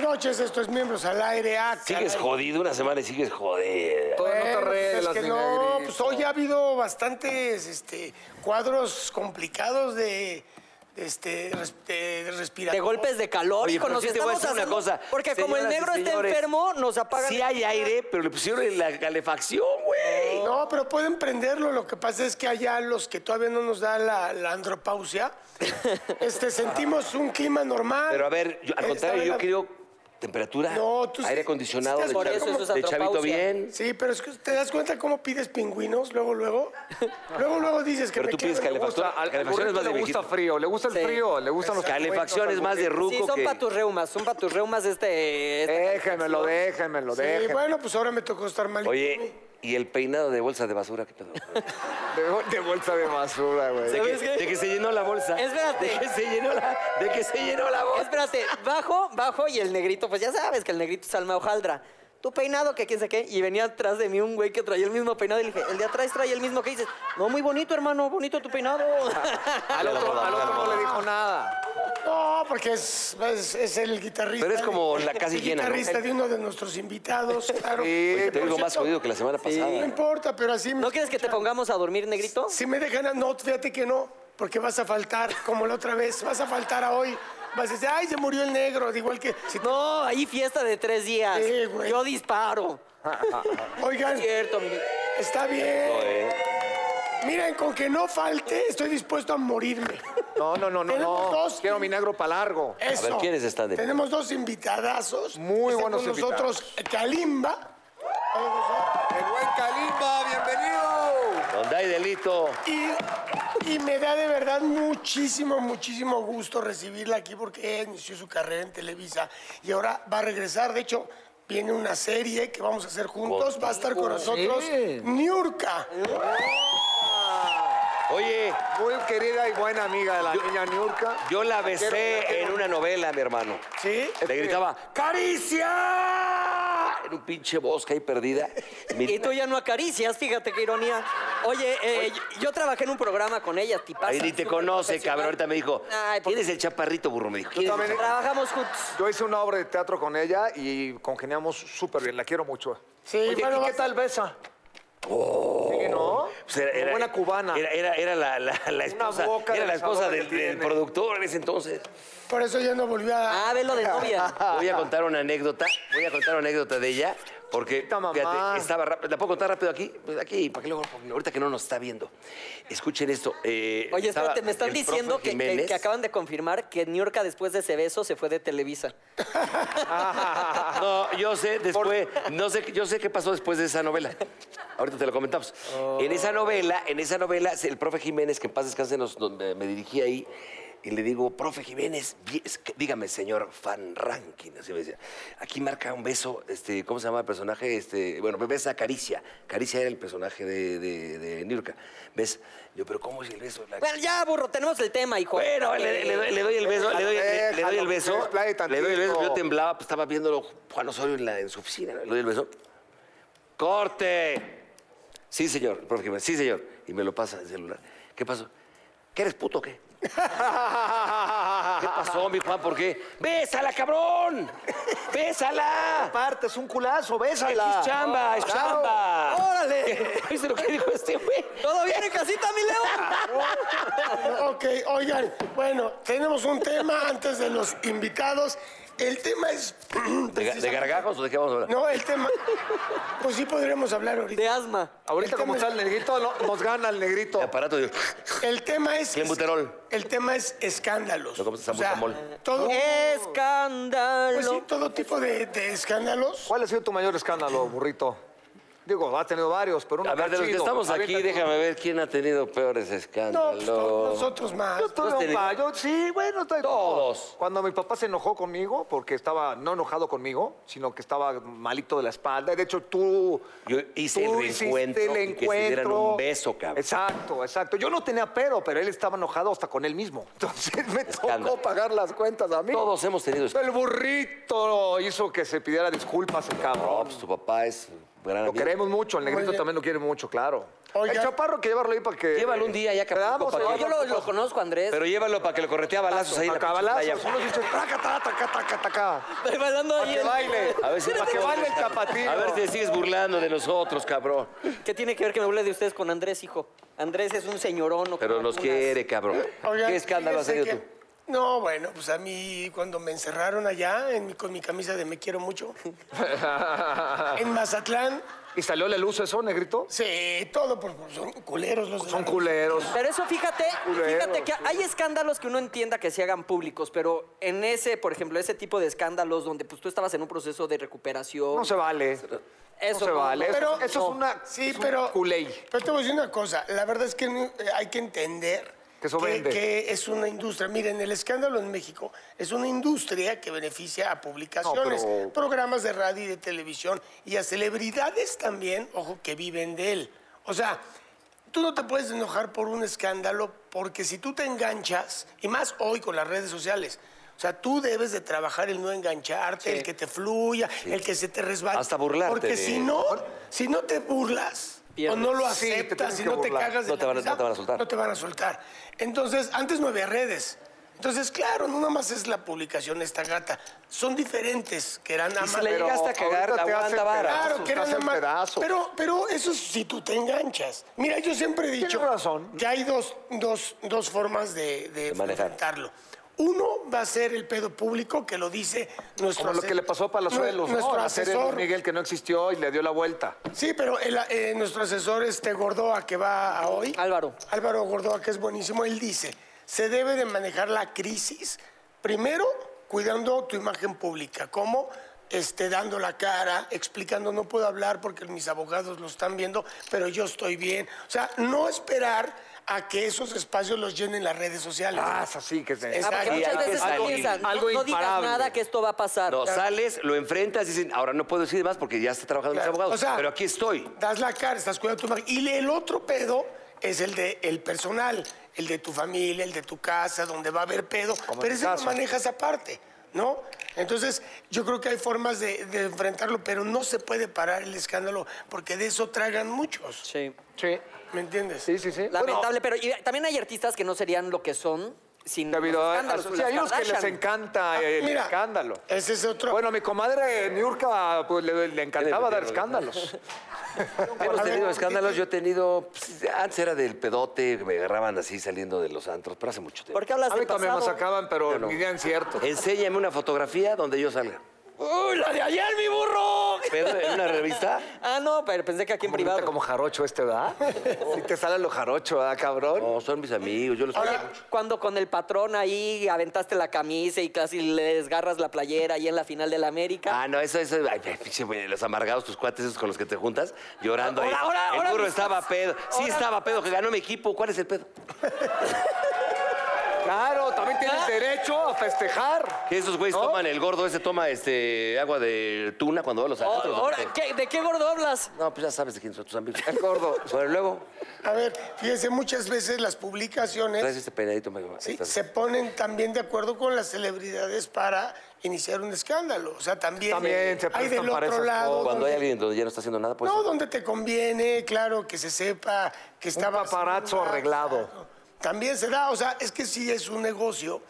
noches, esto es Miembros al Aire. Ah, Sigues caray. jodido una semana y sigues jodido. Todo no te Bueno, arreglas, pues es que no, Negrito. pues hoy ha habido bastantes este, cuadros complicados de, de, este, res- de, De respiración. golpes de calor Oye, y con pero los sí que te voy a estamos decir una haciendo- cosa. Porque como el Señoras y negro está señores, enfermo, nos apagan. Sí hay aire, pero le pusieron la calefacción, güey. No, pero pueden prenderlo. Lo que pasa es que allá los que todavía no nos da la, la andropausia, este, sentimos un clima normal. Pero a ver, yo- al Eh, contrario, está yo la- quiero temperatura, No, tú sí- aire acondicionado, estás de, por chavi- eso, eso es de chavito andropausia. bien. Sí, pero es que te das cuenta cómo pides pingüinos, luego, luego. Luego, luego dices que Pero me tú pides quedo en el calefacción. Ah, gusto. Al- al Calefacción es burrito más de le gusta viejito. frío, le gusta el Sí. frío, le gustan los Calefacción es más de ruco Sí, son que... Eh. para tus reumas, son para tus reumas este. este- Déjenmelo, déjenmelo, Sí, déjenmelo. bueno, pues ahora me tocó estar mal. Oye, ¿y el peinado de bolsa de basura? ¿Qué pedo? De, bol- de bolsa de basura, De güey. que, de que se llenó la bolsa. Espérate. De que se llenó la, de que se llenó la bolsa. Oh, Espérate, bajo, bajo y el negrito, pues ya sabes que el negrito es alma hojaldra. Tu peinado, que quién sabe qué, y venía atrás de mí un güey que traía el mismo peinado y le dije, el de atrás trae el mismo que dices, no, muy bonito, hermano, bonito tu peinado. Al otro, al otro no le dijo nada. No, porque es, es- es el guitarrista. Pero es como la casi el llena, ¿no? guitarrista de uno de nuestros invitados, claro. Sí, Oye, te Por oigo más cierto, jodido que la semana No pasada. importa, pero así... me- ¿No quieres que te pongamos a dormir, negrito? Si me dejan... a- No, fíjate que no, porque vas a faltar, como la otra vez. Vas a faltar a hoy. Vas a decir, ay, se murió el negro. de Igual que... si- No, ahí fiesta de tres días. Sí, güey. Yo disparo. Oigan, Es cierto, mi negrito. está bien. eh. Miren, con que no falte, estoy dispuesto a morirme. No, no, no, no, Tenemos no. dos- Quiero mi negro para largo. Eso. ¿quiénes están de- Tenemos dos invitadazos. Muy Está buenos con nosotros Kalimba El buen Calimba, bienvenido. Donde hay delito. y, y me da de verdad muchísimo, muchísimo gusto recibirla aquí porque ella inició su carrera en Televisa y ahora va a regresar. De hecho, viene una serie que vamos a hacer juntos. Va a estar con nosotros Niurka. Oye, Muy querida y buena amiga de la niña Niurka. yo la besé en una novela, mi hermano. ¿Sí? Le gritaba, ¡Caricia! En un pinche bosque ahí perdida. Mi- Y tú ya no acaricias, fíjate qué ironía. Oye, eh, yo- yo trabajé en un programa con ella, tipaza. Ahí ni te súper conoce, cabrón. Ahorita me dijo, Ay, por- ¿quién es el chaparrito, burro? Me dijo, "¿Quién es el también- Trabajamos juntos. Yo hice una obra de teatro con ella y congeniamos súper bien. La quiero mucho. Sí, Oye, bueno, ¿y va qué a- tal besa? Sí, ¿no? Pues era- Como era- buena cubana. Era, era- era la, la- la esposa, boca era de la esposa sabor del, que del tiene. productor en ese entonces. Por eso ya no volvió a... Ah, velo de novia. Voy a contar una anécdota, voy a contar una anécdota de ella, porque Puta mamá. fíjate, estaba rápido. ¿La puedo contar rápido aquí? Pues aquí, para que luego, porque ahorita que no nos está viendo. Escuchen esto. eh, Oye, estaba espérate, me están el profe diciendo que, que- Jiménez. que acaban de confirmar que Niurka después de ese beso se fue de Televisa. No, yo sé, después, no sé, yo sé qué pasó después de esa novela. Ahorita te lo comentamos. En esa novela, en esa novela, el profe Jiménez, que en paz descanse, nos, nos- me, me dirigí ahí y le digo, profe Jiménez, di- es que- dígame, señor fan ranking, así me decía. Aquí marca un beso, este, ¿cómo se llama el personaje? Este, bueno, me besa Caricia. Caricia era el personaje de, de, de Niurka. ¿Ves? Yo, pero ¿cómo es el beso? La- Bueno, ya, burro, tenemos el tema, hijo. Eh. bueno, le, le doy- le doy el beso, le doy, le- le doy el beso. Déjalo, que explaye Le doy el beso, tantito. yo temblaba, pues estaba viéndolo Juan Osorio en, la- en su oficina. Le doy el beso. ¡Corte! Sí, señor, el profe Jiménez, sí, señor. Y me lo pasa el celular. ¿Qué pasó? ¿Que eres puto o qué? ¿Qué pasó, mi Juan? ¿Por qué? ¡Bésala, cabrón! ¡Bésala! Aparte, es un culazo, ¡Es bésala. chamba, es Claro. chamba! ¡Órale! ¿Viste lo que dijo este güey? ¿Todo bien en casita, mi Leo? Ok, oigan, bueno, tenemos un tema antes de los invitados. El tema es... ¿De, ga- de gargajos o de qué vamos a hablar? No, el tema... Pues sí podríamos hablar ahorita. De asma. Ahorita, como está el negrito, no- nos gana el negrito. El aparato de... El tema es. Clenbuterol. El tema es escándalos. Lo comes a Zambutamol. todo, pues sí, Escándalo. todo tipo de, de escándalos. ¿Cuál ha sido tu mayor escándalo, burrito? Digo, ha tenido varios, pero uno A ver, de los que chido. estamos aquí, Aviéntate déjame ver quién ha tenido peores No, escándalos. pues, todos nosotros más. Yo tuve ¿Tú has un tenido? fallo, sí, bueno, estoy Todos. Cuando mi papá se enojó conmigo, porque estaba no enojado conmigo, sino que estaba malito de la espalda. De hecho, tú. Yo hice tú el hiciste reencuentro el y que se dieran encuentro. un beso, cabrón. Exacto, exacto. Yo no tenía pero, pero él estaba enojado hasta con él mismo. Entonces me Escándalo. tocó pagar las cuentas a mí. Todos hemos tenido escándalos. El burrito hizo que se pidiera disculpas el No, cabrón. pues tu papá es un gran Lo amigo. queremos mucho, el negrito Oye. también lo quiere mucho, claro. Oiga. El chaparro que llevarlo ahí para que. Llévalo un día ya que Vamos, para No, que- yo lo, lo conozco, Andrés. Pero llévalo para que lo corretea a balazos ahí en la Acá pinche playa. balazos. Unos dicen, taca, taca, taca, taca, taca. Estoy bailando Para ahí. que el- baile. A ver si Para que baile el tapatío. A ver si te sigues burlando de nosotros, cabrón. ¿Qué tiene que ver que me hable de ustedes con Andrés, hijo? Andrés es un señorón. o Pero con nos algunas- quiere, cabrón. Oigan, ¿Qué escándalo has fíjense tenido que- tú? No, bueno, pues a mí cuando me encerraron allá en mi- con mi camisa de me quiero mucho, en Mazatlán, ¿Y salió la luz eso, negrito? sí, todo, por, por- son culeros los de Son la- culeros. Pero eso fíjate, Culeros, fíjate que hay escándalos que uno entienda que se hagan públicos, pero en ese, por ejemplo, ese tipo de escándalos donde pues tú estabas en un proceso de recuperación. No se vale. Eso no se no, vale. no, Eso- Pero- eso es una, Sí, es un pero. culey. Pero te voy a decir una cosa. La verdad es que no- eh, hay que entender. Que eso vende. que es una industria. Miren, el escándalo en México es una industria que beneficia a publicaciones, pero- programas de radio y de televisión y a celebridades también, ojo, que viven de él. O sea, tú no te puedes enojar por un escándalo porque si tú te enganchas, y más hoy con las redes sociales, o sea, tú debes de trabajar el no engancharte, el que te fluya, el que se te resbale. Hasta burlarte Ah, Porque de- si no, si no te burlas Pierdes. o no lo Sí, te aceptas, tienes si que no te burlar. cagas de No te la van a- risa, no te van a soltar. no te van a soltar. Entonces, antes no había redes. Entonces, claro, no nada más es la publicación esta gata. Son diferentes, que eran nada si más- le pero- llega- llegaste a ahorita cagar, te te aguanta hacen vara. pedazos, Claro, que te eran nada hacen más- pedazos. Pero, pero eso es si tú te enganchas. Mira, yo siempre he dicho razón. que hay dos, dos, dos formas de, de manejar. enfrentarlo. Uno va a ser el pedo público que lo dice nuestro Como lo ase- que le pasó a Palazuelos, nue- ¿no? nuestro La serie de Luis asesor Miguel que no existió y le dio la vuelta. Sí, pero el, eh, nuestro asesor este Gordoa que va a hoy. Álvaro. Álvaro Gordoa, que es buenísimo, él dice, se debe de manejar la crisis primero cuidando tu imagen pública, como este, dando la cara, explicando, no puedo hablar porque mis abogados lo están viendo, pero yo estoy bien. O sea, no esperar a que esos espacios los llenen las redes sociales. Ah, es así que se... Es- Ah, porque Ahí muchas hay que veces salir. piensan, no- Algo no, digas imparable. nada que esto va a pasar. No, sales, lo enfrentas, dicen, ahora no puedo decir más porque ya está trabajando mis Claro, abogados. o sea, pero aquí estoy. das la cara, estás cuidando tu imagen. Y le- el otro pedo es el de el personal, el de tu familia, el de tu casa, donde va a haber pedo. Como en pero mi ese lo caso. manejas aparte, ¿no? Entonces, yo creo que hay formas de, de enfrentarlo, pero no se puede parar el escándalo, porque de eso tragan muchos. Sí. Sí, ¿Me entiendes? sí, sí. sí. Lamentable, pero y también hay artistas que no serían lo que son sin Bueno, debido los a- escándalos. ah, sí, las hay unos que les Kardashian. encanta el Ah, Mira, escándalo. Ese es otro. Bueno, a mi comadre Niurka pues, le, le encantaba dar escándalos. Hemos ver, tenido ¿qué- escándalos, qué- yo he tenido. pues, antes era del pedote, me agarraban así saliendo de los antros, pero hace mucho tiempo. ¿Por qué hablas A de mí también me pasado? sacaban, pero no. ni eran cierto. Enséñame una fotografía donde yo salga. ¡Uy, la de ayer, mi burro! Pero en una revista. Ah, no, pero pensé que aquí en privado. Como jarocho este, ¿verdad? Si te sale lo jarocho, ¿verdad, cabrón? No, son mis amigos, yo los quiero mucho. Cuando con el patrón ahí aventaste la camisa y casi le desgarras la playera ahí en la final de la América. Ah, no, eso, eso, ay, ay, pinche, güey, los amargados, tus cuates esos con los que te juntas, llorando ahí. Ahora, ahora, el ahora burro mis estaba cuates. pedo. Sí Ahora- estaba pedo, que ganó mi equipo. ¿Cuál es el pedo? Claro, también tienes derecho a festejar. Que esos güeyes ¿No? toman, el gordo ese toma este agua de tuna cuando va a los Oh, antros. ahora, ¿qué- ¿De qué gordo hablas? No, pues ya sabes de quién son tus amigos. El gordo. Bueno, luego, A ver, fíjense, muchas veces las traes Pues publicaciones este peinadito. me- sí, estás- se ponen también de acuerdo con las celebridades para iniciar un escándalo. O sea, también, También se hay prestan del para otro esas lado. Cuando donde- hay alguien donde ya no está haciendo nada, pues... No, donde te conviene, claro, que se sepa que estaba... paparazzo arreglado. Exacto. También se da, o sea, es que sí es un negocio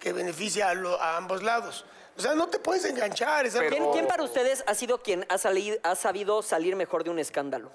que beneficia a, lo- a ambos lados. O sea, no te puedes enganchar. esa- Pero- ¿Quién, quién para ustedes ha sido quien ha, salido, ha sabido salir mejor de un escándalo?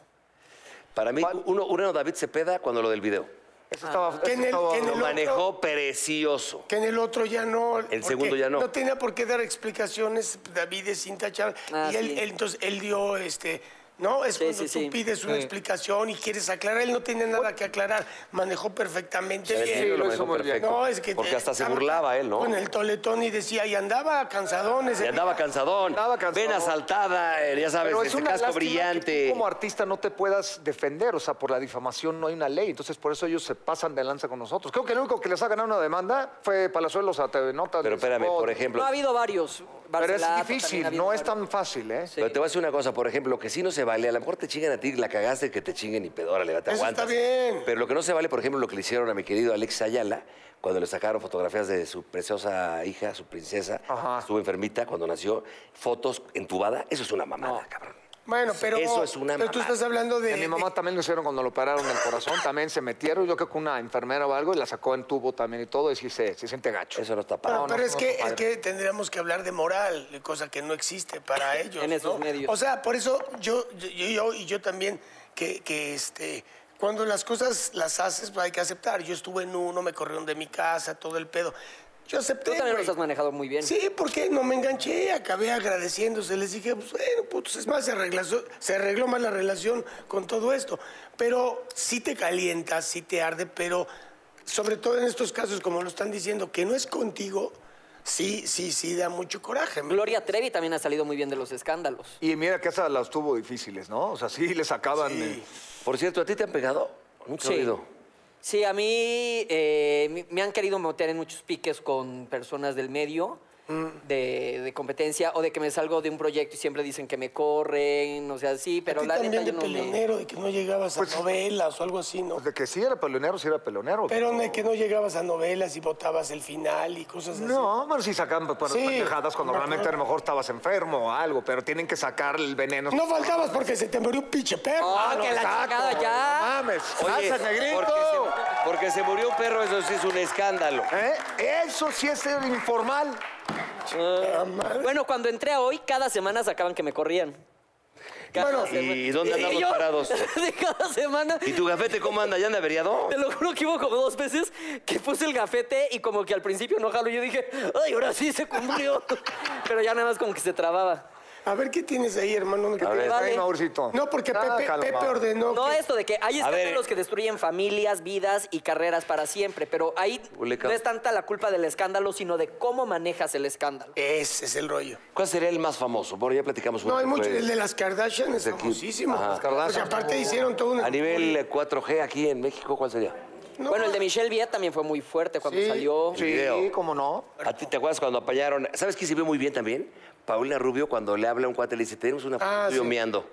Para mí, uno, uno David Cepeda cuando lo del video. Eso estaba... Que en eso el- estaba- que en Lo el- manejó precioso. Que en el otro ya no. porque segundo ya no. No tenía por qué dar explicaciones, David es intachable. Ah, y él, sí. él- entonces, él dio este. No, es Sí, cuando sí, tú sí. pides una explicación y quieres aclarar. Él no tenía nada que aclarar. Manejó perfectamente El bien. video lo lo manejó hizo muy bien. perfecto. No, es que Porque hasta se estaba burlaba él, ¿no? Con el toletón y decía, y andaba cansadón ese Y andaba día. cansadón, Andaba cansadón. vena saltada, eh, ya sabes, Pero es este una casco lástima que brillante. tú como artista no te puedas defender, o sea, por la difamación no hay una ley, entonces por eso ellos se pasan de lanza con nosotros. Creo que el único que les ha ganado una demanda fue Palazuelos a TV Notas. Pero espérame, por ejemplo, No ha habido varios. Pero Barcelata, es también ha difícil, habido no es varios. tan fácil, ¿eh? Sí. Pero te voy a decir una cosa, por ejemplo, que sí no se vale, a lo mejor te chingan a ti, la cagaste, que te chinguen y pedora, le te Eso aguantas. está bien. Pero lo que no se vale, por ejemplo, lo que le hicieron a mi querido Alex Ayala, cuando le sacaron fotografías de su preciosa hija, su princesa, Ajá. estuvo enfermita cuando nació, fotos entubada, eso es una mamada, cabrón. Bueno, pero, Eso es una pero tú mamada. estás hablando de... A Eh, mi mamá también lo hicieron cuando lo operaron del corazón, también se metieron, yo creo que una enfermera o algo, y la sacó en tubo también y todo, y sí se, se siente gacho. Eso no está Pero, padre. no, pero no, es, que, no, es que tendríamos que hablar de moral, cosa que no existe para ellos. En esos ¿no? medios. O sea, por eso yo, yo, yo- y yo también, que, que, este, cuando las cosas las haces, pues, hay que aceptar. Yo estuve en uno, me corrieron de mi casa, todo el pedo. Yo acepté. Tú también los güey. has manejado muy bien. Sí, porque no me enganché, acabé agradeciéndose. Les dije, pues bueno, putos, es más, se arregló, se arregló más la relación con todo esto. Pero sí te calienta, sí te arde, pero sobre todo en estos casos, como lo están diciendo, que no es contigo, sí, sí, sí da mucho coraje. me- Gloria Trevi también ha salido muy bien de los escándalos. Y mira que esas las tuvo difíciles, ¿no? O sea, sí le sacaban. eh, Por cierto, ¿a ti te han pegado? Nunca he Sí. oído. Sí, a mí eh, me- me han querido meter en muchos piques con personas del medio de, de competencia o de que me salgo de un proyecto y siempre dicen que me corren, o sea, sí, A pero ti la neta también de yo no me... peleonero, de que no llegabas a novelas o algo así, ¿no? pues de que sí era pelonero, sí era pelonero. Pero de que no llegabas a novelas y votabas el final y cosas así. No, bueno, sí sacan para Sí. pendejadas cuando Me realmente a lo mejor estabas enfermo o algo, pero tienen que sacar el veneno. No faltabas porque se te murió un pinche perro. ¡Ah, que la saco, chingada No ya! mames, Oye, salsa negrito. Porque se, porque se murió un perro, eso sí es un escándalo. ¿Eh? Eso sí es ser informal. Bueno, cuando entré a hoy, cada semana sacaban que me corrían. Bueno, ¿Y dónde andamos yo- parados? de cada semana. ¿Y tu gafete cómo anda? ¿Ya anda averiado? Te lo juro que hubo como dos veces que puse el gafete y como que al principio no jalo. Yo dije, ay, ahora sí se cumplió. Pero ya nada más como que se trababa. A ver qué tienes Pues, ahí, hermano. ¿Qué A tienes? ver. Vale. Ey, Mauricito. No, porque Pepe, Sácalo, Pepe Mau. ordenó. No, que- esto de que hay A ver, escándalos eh. que destruyen familias, vidas y carreras para siempre, pero ahí Uleca. no es tanta la culpa del escándalo, sino de cómo manejas el escándalo. Ese es el rollo. ¿Cuál sería el más famoso? Bueno, ya platicamos uno No, hay que mucho. fue El de las Kardashian es pues, de Kim. famosísimo. Ajá. Las Kardashian. Porque aparte hicieron todo una... A nivel eh, 4G aquí en México, ¿cuál sería? No, bueno, el de Michelle Viet también fue muy fuerte cuando Sí, salió. El Sí, video. cómo no. ¿A ti te acuerdas cuando apañaron? ¿Sabes quién se vio muy bien también? Paulina Rubio, cuando le habla a un cuate, le dice, tenemos una Ah, foto tuyo sí. meando.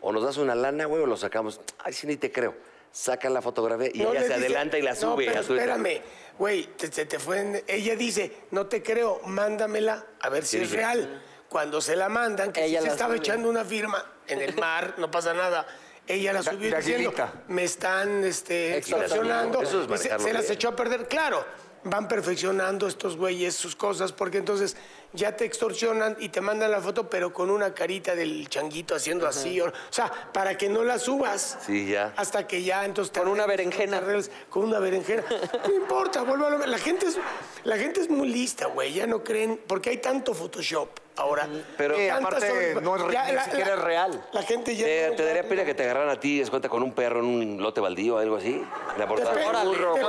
O nos das una lana, güey, o lo sacamos. Ay, sí, ni te creo. Sacan la fotografía y no le ella se dice- adelanta y la No, sube. pero a su- espérame. Güey, te, te- te fue en- Ella dice, no te creo, mándamela a ver si Sí, es dije. real. Cuando se la mandan, que Ella sí se la estaba sube. echando una firma en el mar, no pasa nada. Ella la De- subió de diciendo, aguilita. me están este, Extorsionando. extorsionando. Eso Y es se, manejarlo se las bien. echó a perder. Claro, van perfeccionando estos güeyes sus cosas, porque entonces ya te extorsionan y te mandan la foto, pero con una carita del changuito haciendo así. O o sea, para que no la subas. Sí, ya. Hasta que ya, entonces... te Con una arreglas, berenjena. te arreglas Con una berenjena. No importa, vuelvo a lo- La gente es, la gente es muy lista, güey. Ya no creen... Porque hay tanto Photoshop ahora. Pero- Tanta aparte, sobre- no es re- ni siquiera es real. La gente ya... Eh, ¿Te, no- te daría pena que te agarraran a ti, es cuenta, con un perro en un lote baldío o algo así? En la portada. Depende, Órale. burro, güey,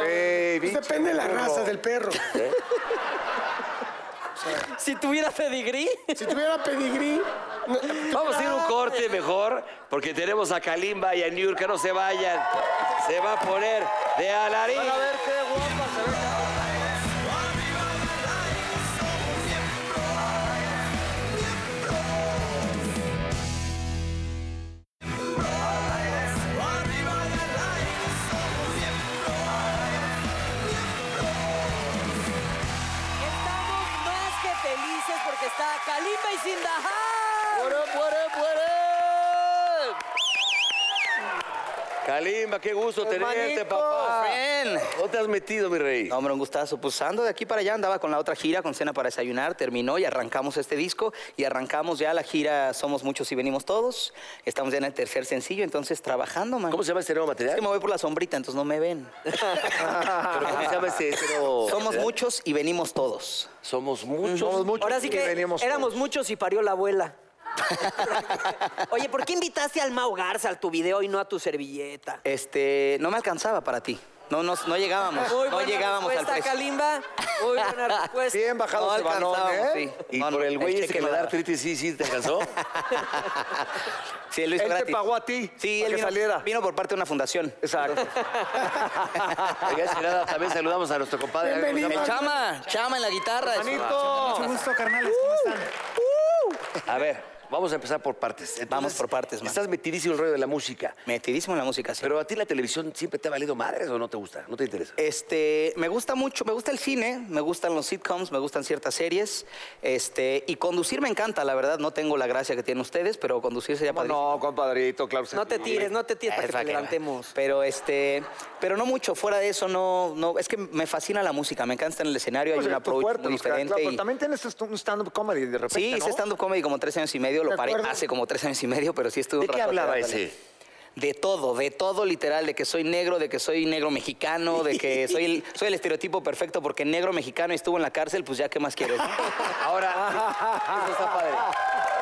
Pues bicho depende de la burro. raza del perro. Si tuviera pedigrí, Si tuviera pedigrí... no- Vamos a ir a un corte mejor, porque tenemos a Kalimba y a Niurka, no se vayan. Se va a poner de alarín. estamos más que felices porque está Kalimba y Sindaha. Kalimba, qué gusto tenerte, papá. Bien. ¿Dónde te has metido, mi rey? No, hombre, un gustazo. Pues ando de aquí para allá, andaba con la otra gira, con Cena para Desayunar, terminó y arrancamos este disco y arrancamos ya la gira Somos Muchos y Venimos Todos. Estamos ya en el tercer sencillo, entonces trabajando, man. ¿Cómo se llama este nuevo Es material? que me voy por la sombrita, entonces no me ven. ¿Pero ¿Cómo se llama este, este nuevo Somos material? Muchos y Venimos Todos. Somos muchos. Somos muchos Ahora sí y que veníamos éramos todos. muchos y parió la abuela. Oye, ¿por qué invitaste al Mau Garza al tu video y no a tu servilleta? Este, no me alcanzaba para ti. No, no, no llegábamos, Muy no buena llegábamos al respuesta, precio. Kalimba. Muy buena respuesta. Bien bajado no el balón, alcanzábamos, ¿eh? sí. Y No, por no, el güey ese cheque que no le da daba. artritis, sí, sí, ¿te cansó? Sí, él lo hizo Él te gratis. Este pagó a ti Sí, para él que vino, saliera. vino por parte de una fundación. Exacto. Oiga, sin nada, también saludamos a nuestro compadre. Bienvenido. El Chama, Chama en la guitarra. Manito. Mucho gusto, carnales. ¿Cómo están? A ver, Vamos a empezar por partes. Entonces, Vamos por partes, man. Estás metidísimo en el rollo de la música. Metidísimo en la música, sí. Pero a ti la televisión siempre te ha valido madres o no te gusta, no te interesa. Este, me gusta mucho, me gusta el cine, me gustan los sitcoms, me gustan ciertas series. Este, y conducir me encanta, la verdad, no tengo la gracia que tienen ustedes, pero conducir sería ¿Cómo padrísimo. No, compadrito, claro. No te sí. tires, no te tires para Es que te va va. levantemos. Pero este, pero no mucho, fuera de eso no no, es que me fascina la música, me encanta estar en el escenario, hay Pues, un tu approach fuerte, muy Oscar, claro, diferente pero y- también tienes est- un stand-up comedy de repente, Sí, ¿no? hice stand-up comedy como tres años y medio, lo De paré acuerdo. hace como tres años y medio, pero sí estuve ¿De un qué rato hablaba dándole. ese? De todo, de todo literal, de que soy negro, de que soy negro mexicano, de que soy el, soy el estereotipo perfecto porque negro mexicano y estuvo en la cárcel, pues ya, ¿qué más quieres? Ahora, eso está padre.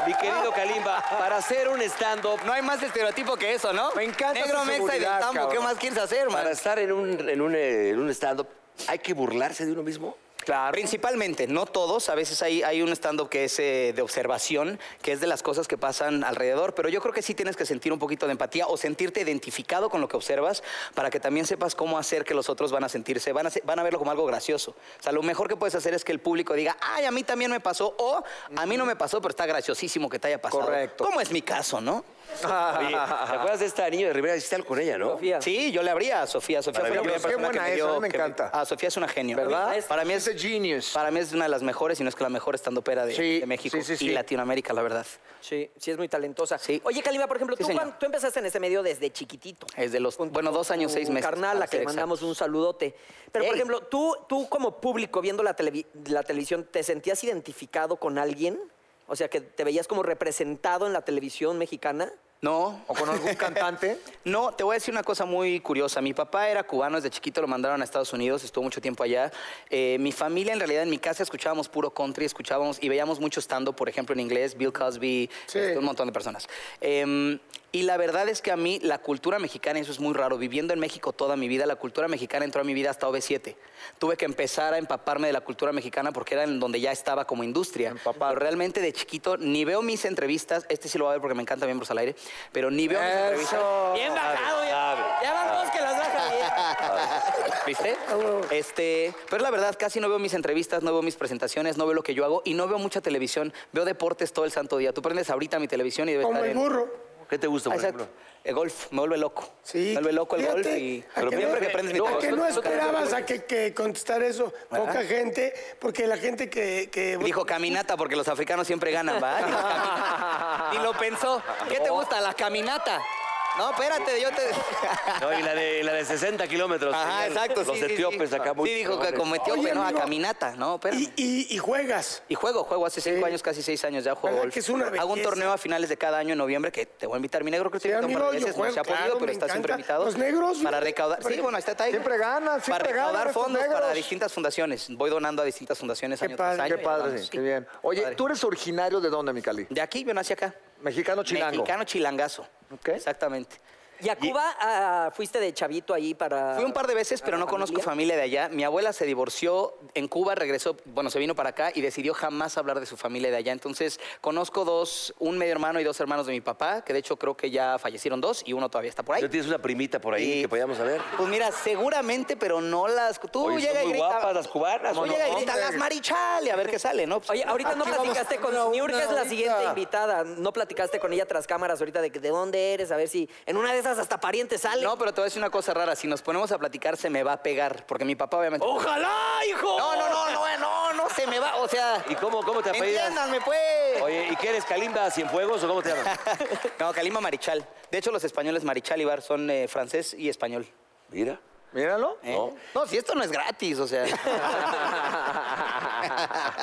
Mi querido Kalimba, para hacer un stand-up, No hay más estereotipo que eso, ¿no? Me encanta Negro su mexa y del seguridad, tambo, ¿qué cabrón. más quieres hacer, man? para estar en un, en un, eh, en un stand-up, ¿hay que burlarse de uno mismo? Claro. Principalmente, no todos. A veces hay, hay un stand-up que es eh, de observación, que es de las cosas que pasan alrededor, pero yo creo que sí tienes que sentir un poquito de empatía o sentirte identificado con lo que observas para que también sepas cómo hacer que los otros van a sentirse, van a, se- van a verlo como algo gracioso. O sea, lo mejor que puedes hacer es que el público diga, ay, a mí también me pasó, o a mí no me pasó, pero está graciosísimo que te haya pasado. Correcto. ¿Cómo es mi caso, no? Oye, ¿te acuerdas de esta niña de Rivera? Hiciste algo con ella, ¿no? Sofía. Sí, yo le abría a Sofía. Sofía fue la primera Maravilloso. Qué persona que buena me es, a dio- mí me que me- encanta. Ah, Sofía es una genio. ¿Verdad? Para mí es She's a genius. Para mí es una de las mejores, si no es que la mejor estandopera de, Sí, de México sí, sí, sí. y Latinoamérica, la verdad. Sí, sí, es muy talentosa. Sí. Oye, Kalimba, por ejemplo, Sí, tú, señor. Juan, tú empezaste en este medio desde chiquitito. Es de los, bueno, dos años, seis meses. Carnal, para a que ser le exacto. mandamos un saludote. Pero, por Ey. ejemplo, tú, tú como público viendo la, televi- la televisión, ¿te sentías identificado con alguien? O sea, que te veías como representado en la televisión mexicana. No, O con algún cantante. No, te voy a decir una cosa muy curiosa. Mi papá era cubano, desde chiquito lo mandaron a Estados Unidos, estuvo mucho tiempo allá. Eh, mi familia, en realidad, en mi casa escuchábamos puro country, escuchábamos y veíamos mucho stand por ejemplo, en inglés, Bill Cosby, Sí. este, un montón de personas. Eh, y la verdad es que a mí la cultura mexicana, eso es muy raro, viviendo en México toda mi vida, la cultura mexicana entró a mi vida hasta OV7. Tuve que empezar a empaparme de la cultura mexicana porque era en donde ya estaba como industria. Empapado. Pero realmente de chiquito ni veo mis entrevistas, este sí lo va a ver porque me encanta Miembros al Aire, pero ni veo mis entrevistas. Eso. Bien bajado, ya, ya van dos que las bajan Ah. ¿eh? bien. ¿Viste? Ah, Este, pero la verdad, casi no veo mis entrevistas, no veo mis presentaciones, no veo lo que yo hago y no veo mucha televisión. Veo deportes todo el santo día. Tú prendes ahorita mi televisión y debe Como estar el en- burro. ¿Qué te gusta, Ah, por exacto. ejemplo? El golf, me vuelve loco. Sí. Me vuelve loco el Fíjate, golf y... a Pero que siempre no- que prendes mi a que televisión... no esperabas a que, que contestar eso, poca gente, porque la gente que... que Dijo caminata porque los africanos siempre ganan, ¿va? Y lo pensó. ¿Qué te gusta? La caminata. No, espérate, yo te... No, y la de, la de 60 kilómetros. Ajá, señor. exacto. Los sí, sí, sí. etíopes acá muy... Sí, dijo que cabrones. como Oye, etíope, no, a amigo, caminata. No, espérame. y, y- y juegas. Y juego, juego hace cinco Sí. años, casi seis años ya juego ¿Verdad golf. que es una Hago un belleza? torneo a finales de cada año en noviembre que te voy a invitar, mi negro, creo que Sí, te invito un par de amigo, yo veces, no juego, se ha podido, claro, pero me estás siempre encanta. invitado. Los negros, Para mira, recaudar, sí, porque bueno, ahí está Tiger. siempre ganan, siempre Para recaudar ganan estos fondos para negros. distintas fundaciones, voy donando a distintas fundaciones Qué año tras padre, año. Qué padre, Sí. qué bien. Oye, Padre. ¿tú eres originario de dónde, mi Cali? De aquí yo nací acá. Mexicano chilango. Mexicano chilangazo. Ok. Exactamente. ¿Y a Cuba ah, fuiste de chavito ahí para...? Fui un par de veces, para pero la no conozco familia de allá. Mi abuela se divorció en Cuba, regresó, bueno, se vino para acá y decidió jamás hablar de su familia de allá. Entonces, conozco dos, un medio hermano y dos hermanos de mi papá, que de hecho creo que ya fallecieron dos y uno todavía está por ahí. ¿No tienes una primita por ahí Y- que podíamos saber? Pues mira, seguramente, pero no las. Tú Oye, son llega y muy grita. guapas las cubanas, Tú ¿o no? llega y grita las marichal y a ver qué sale, ¿no? Pues, Oye, ahorita no Aquí vamos platicaste con con una, Niurka, una es la ahorita. siguiente invitada. No platicaste con ella tras cámaras ahorita de que de dónde eres, a ver si en una de esas hasta pariente sale. No, pero te voy a decir una cosa rara. Si nos ponemos a platicar, se me va a pegar, porque mi papá obviamente. ¡Oh! ¡Ojalá, hijo! No, no, no, no, no, no, se me va. O sea. ¿Y cómo, cómo te apellidas? Entiéndanme, pues. Oye, ¿y qué eres, Kalimba Cienfuegos o cómo te llamas? No, Calima Marichal. De hecho, los españoles Marichal y Bar son eh, francés y español. Mira. Míralo. ¿eh? No. No, si esto no es gratis, o sea.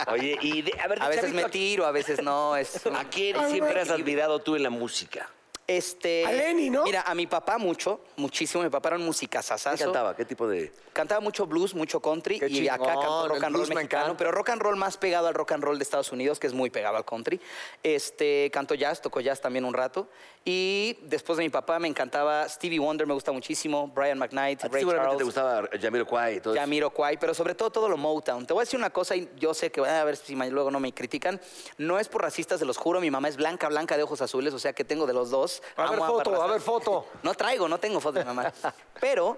Oye, y de- a ver, de A veces chavito, me tiro, a veces no. Es un- ¿A quién siempre has admirado tú en la música? Este, A Lenny, ¿no? Mira, a mi papá mucho, muchísimo. Mi papá era un ¿Qué musicazazazo. cantaba? ¿Qué tipo de...? Cantaba mucho blues, mucho country Qué y acá chingón, cantó el rock and blues roll me mexicano, encanta. pero rock and roll más pegado al rock and roll de Estados Unidos, que es muy pegado al country. Este, cantó jazz, tocó jazz también un rato. Y después de mi papá me encantaba Stevie Wonder, me gusta muchísimo, Brian McKnight, A ti Ray seguramente Charles. te gustaba Jamiroquai y todo eso. Yamiro Kwai, pero sobre todo todo lo Motown. Te voy a decir una cosa y yo sé que van a ver si ma- luego no me critican. No es por racistas, se los juro. Mi mamá es blanca, blanca de ojos azules, o sea que tengo de los dos. A ver Amo ambas foto, a razas. ver foto. No traigo, no tengo foto de mi mamá. Pero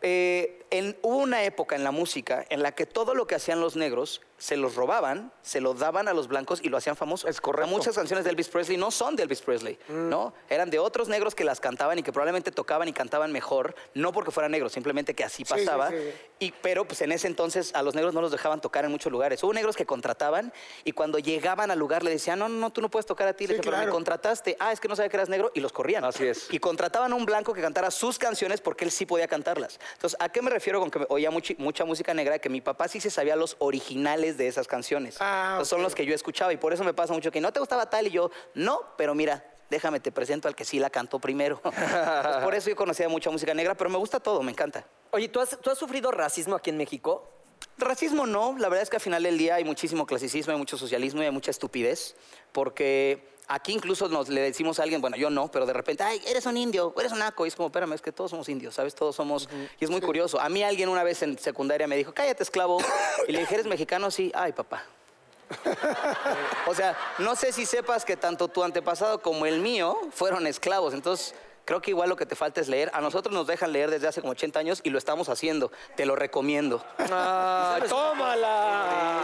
eh, en- hubo una época en la música en la que todo lo que hacían los negros se los robaban, se lo daban a los blancos y lo hacían famoso. Es correcto. Muchas canciones de Elvis Presley no son de Elvis Presley, ¿no? Mm. Eran de otros negros que las cantaban y que probablemente tocaban y cantaban mejor, no porque fueran negros, simplemente que sí, así pasaba. sí. Y, pero pues en ese entonces a los negros no los dejaban tocar en muchos lugares. Hubo negros que contrataban y cuando llegaban al lugar le decían, no, no, no, tú no puedes tocar a ti. Le Sí, decía, pero me claro. contrataste. Ah, es que no sabía que eras negro y los corrían. Así es. Y contrataban a un blanco que cantara sus canciones porque él sí podía cantarlas. Entonces, ¿a qué me refiero con que oía muchi- mucha música negra? Que mi papá sí se sabía los originales de esas canciones. Ah, Entonces, son los que yo escuchaba y por eso me pasa mucho que no te gustaba tal y yo, no, pero mira. Déjame, te presento al que sí la cantó primero. Entonces, por eso yo conocía mucha música negra, pero me gusta todo, me encanta. Oye, ¿tú has, ¿tú has sufrido racismo aquí en México? Racismo no, la verdad es que al final del día hay muchísimo clasicismo, hay mucho socialismo y hay mucha estupidez, porque aquí incluso nos le decimos a alguien, bueno, yo no, pero de repente, ay, eres un indio, o eres un naco, y es como, espérame, es que todos somos indios, ¿sabes? Todos somos, y es muy curioso. A mí alguien una vez en secundaria me dijo, cállate, esclavo, y le dije, ¿eres mexicano? Sí, ay, papá. o sea, no sé si sepas que tanto tu antepasado como el mío fueron esclavos, entonces... Creo que igual lo que te falta es leer. A nosotros nos dejan leer desde hace como 80 años y lo estamos haciendo. Te lo recomiendo. Ah, tómala.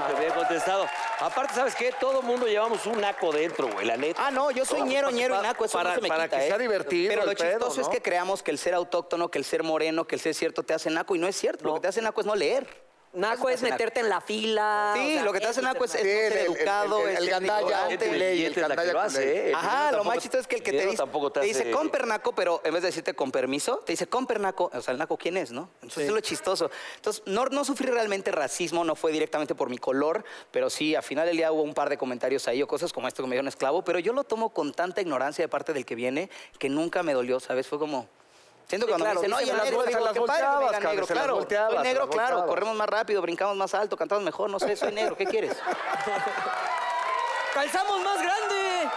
Ah, Te había contestado. Aparte, ¿sabes qué? Todo mundo llevamos un naco dentro, güey, la neta. Ah, no, yo soy No, ñero, pues, ñero y para- naco, eso para- no se me para quita, que ¿eh? sea divertido Pero lo el pedo, chistoso es ¿no? que creamos que el ser autóctono, que el ser moreno, que el ser cierto te hace naco y no es cierto. Lo que te hace naco es no leer. Eso Naco te es hace meterte en la fila. Sí, Ah, o sea, lo que te hace eso naco es, es Sí, no el- ser el- el- educado, el- es el ser gandalla, ignorante. el culé y el billete es la que canalla lo hace, ¿eh? El Ajá, dinero lo más tampoco- chistoso es que el que te dinero dice, tampoco te te dice hace- con pernaco, pero en vez de decirte con permiso, te dice con pernaco. O sea, el naco, ¿quién es, no? Entonces, es lo chistoso. Entonces, no, no sufrí realmente racismo, no fue directamente por mi color, pero sí, al final del día hubo un par de comentarios ahí o cosas como esto que me dieron esclavo, pero yo lo tomo con tanta ignorancia de parte del que viene que nunca me dolió, ¿sabes? Fue como... Siento que Sí, claro, cuando me dicen, dicen, oye, las negro, vol- digo, se las qué padre que me volteabas, digan cabrón, negro, se las claro. volteabas, Soy se negro, las claro, volteabas. corremos más rápido, brincamos más alto, cantamos mejor, no sé, soy negro, ¿qué quieres? ¡Calzamos más grande!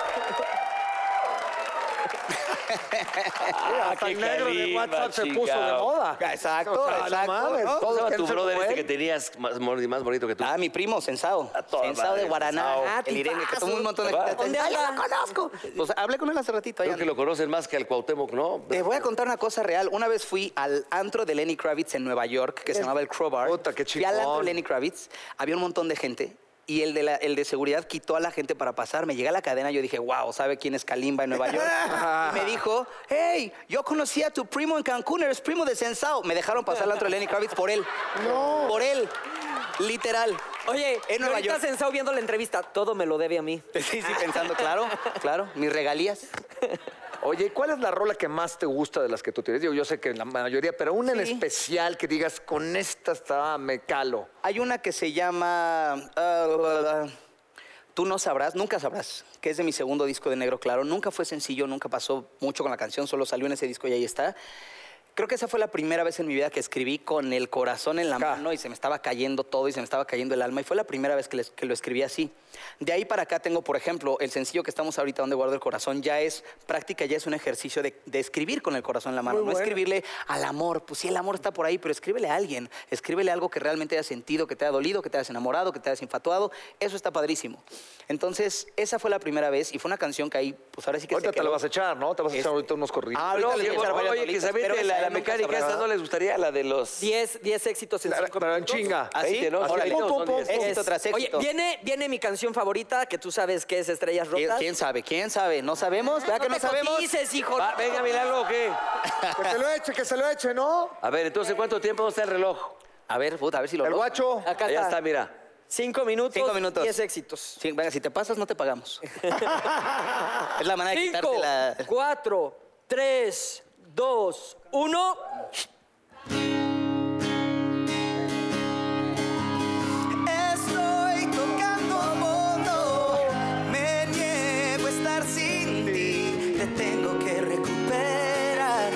Ah, Hasta el negro de carimba, WhatsApp se puso de chingao. moda. Exacto, O sea, Ah, no exacto, mames, ¿no? ¿Cómo se llama Él tu se brother fue. este que tenías más, mor- más bonito que tú? Ah, mi primo, Sensao. A toda Sensao madre, de Guaraná. Sensao. Ah, El Irene, que tomó un montón de ¿Verdad? ¿Dónde ¡Ay, anda? lo conozco! Pues hablé con él hace ratito. ahí Creo que anda. lo conocen más que al Cuauhtémoc, ¿no? Te voy a contar una cosa real. Una vez fui al antro de Lenny Kravitz en Nueva York, que se llamaba el Crowbar. Puta, qué Fui al antro de chingón. Lenny Kravitz, había un montón de gente. Y el de, la- el de seguridad quitó a la gente para pasar. Me llegué a la cadena, yo dije, wow, ¿sabe quién es Kalimba en Nueva York? Y me dijo, hey, yo conocí a tu primo en Cancún, eres primo de Sensao. Me dejaron pasar al antro de Lenny Kravitz por él. No. Por él. Literal. Oye, En en Nueva ahorita York. sensado viendo la entrevista. Todo me lo debe a mí. Sí, sí, pensando, claro, claro, mis regalías. Oye, ¿y ¿cuál es la rola que más te gusta de las que tú tienes? Digo, yo sé que la mayoría, pero una en Sí. especial que digas, con esta está, me calo. Hay una que se llama... ah, bla, bla, bla. Tú no sabrás, nunca sabrás, que es de mi segundo disco de Negro Claro. Nunca fue sencillo, nunca pasó mucho con la canción, solo salió en ese disco y ahí está. Creo que esa fue la primera vez en mi vida que escribí con el corazón en la Ca. mano y se me estaba cayendo todo y se me estaba cayendo el alma y fue la primera vez que, les- que lo escribí así. De ahí para acá tengo, por ejemplo, el sencillo que estamos ahorita, Donde guardo el corazón, ya es práctica, ya es un ejercicio de, de escribir con el corazón en la mano, no escribirle al amor, pues sí, el amor está por ahí, pero escríbele a alguien, escríbele algo que realmente haya sentido, que te haya dolido, que te hayas enamorado, que te hayas infatuado, eso está padrísimo. Entonces, esa fue la primera vez y fue una canción que ahí, pues ahora sí que se Ahorita te la quedó. vas a echar, ¿no? Te vas a Este- echar ahorita unos corridos. Ah, ahorita No, les voy a que- echar varias oye, que rolitas, saber pero de esa la, la nunca mecánica sabrás. esta no les gustaría, la de los... 10, éxitos en La- cinco pero en minutos. chinga. Así ¿Sí? que no, Así, órale. pum, pum, son pum, diez. éxito Es- tras éxito. Oye, viene, viene mi canción favorita, que tú sabes que es Estrellas ¿Qui- Rotas. ¿Quién sabe? ¿Quién sabe? ¿No sabemos? ¿Verdad que no te sabemos? Ah. cotices, hijo. Va, Ah, venga, Milagro, ¿o qué? Que se lo eche, que se lo eche, ¿no? A ver, entonces, ¿cuánto tiempo está el reloj? A ver, puta, a ver si lo El logro. guacho. Acá Ya está. está, mira. Cinco minutos. Cinco minutos. 10 éxitos. Sí, venga, si te pasas, no te pagamos. es la manera de Cinco, quitarte la... cuatro, tres, dos, uno. Estoy tocando fondo, me niego a estar sin ti. Te tengo que recuperar,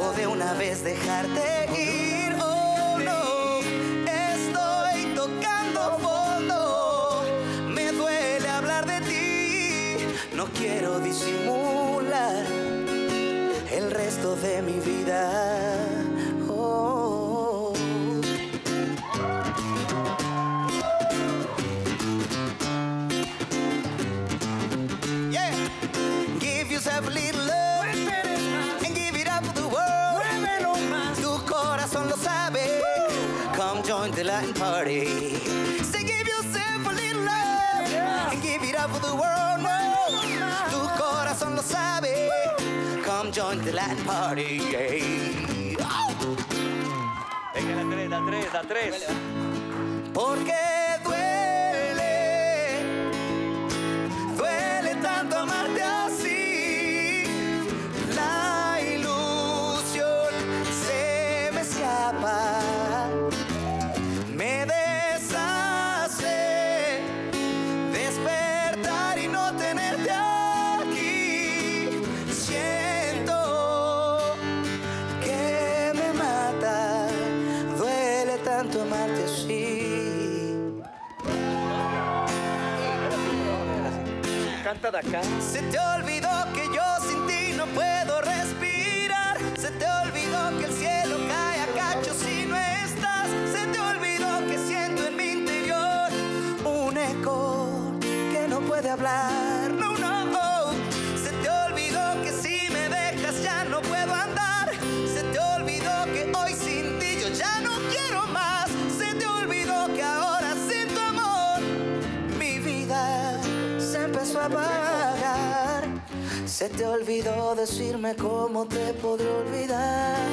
o de una vez dejarte ir. Oh no, estoy tocando fondo, me duele hablar de ti. No quiero disimular el resto de mi vida. Oh. Yeah. Give yourself a little love and give it up for the world. Tu the Latin party. Say, give yourself a little love and give it up for the world. No, tu corazón lo sabe. Come join the Latin party. yeah. Venga, la tres, la tres, la tres. Porque duele, duele tanto amarte así. La ilusión se me escapa, me deshace despertar y no tenerte aquí. Siento que me mata, duele tanto amarte así. Canta de acá. Se te olvidó que yo sin ti no puedo respirar. Se te olvidó que el cielo cae a cacho si no estás. Se te olvidó que siento en mi interior un eco que no puede hablar. No, no. oh. Se te olvidó que si me dejas ya no puedo andar. Se te olvidó que hoy sin ti yo ya no quiero más. Se te olvidó que ahora sin tu amor mi vida se empezó a apagar. Se te olvidó decirme cómo te podré olvidar.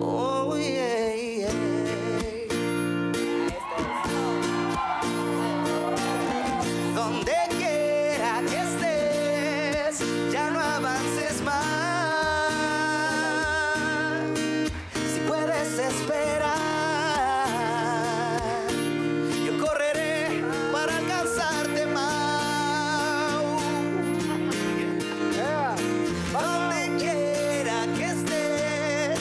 Oh, yeah, yeah. Donde quiera que estés, ya no avances más. Si puedes esperar. Yo correré para alcanzarte más. Donde quiera que estés,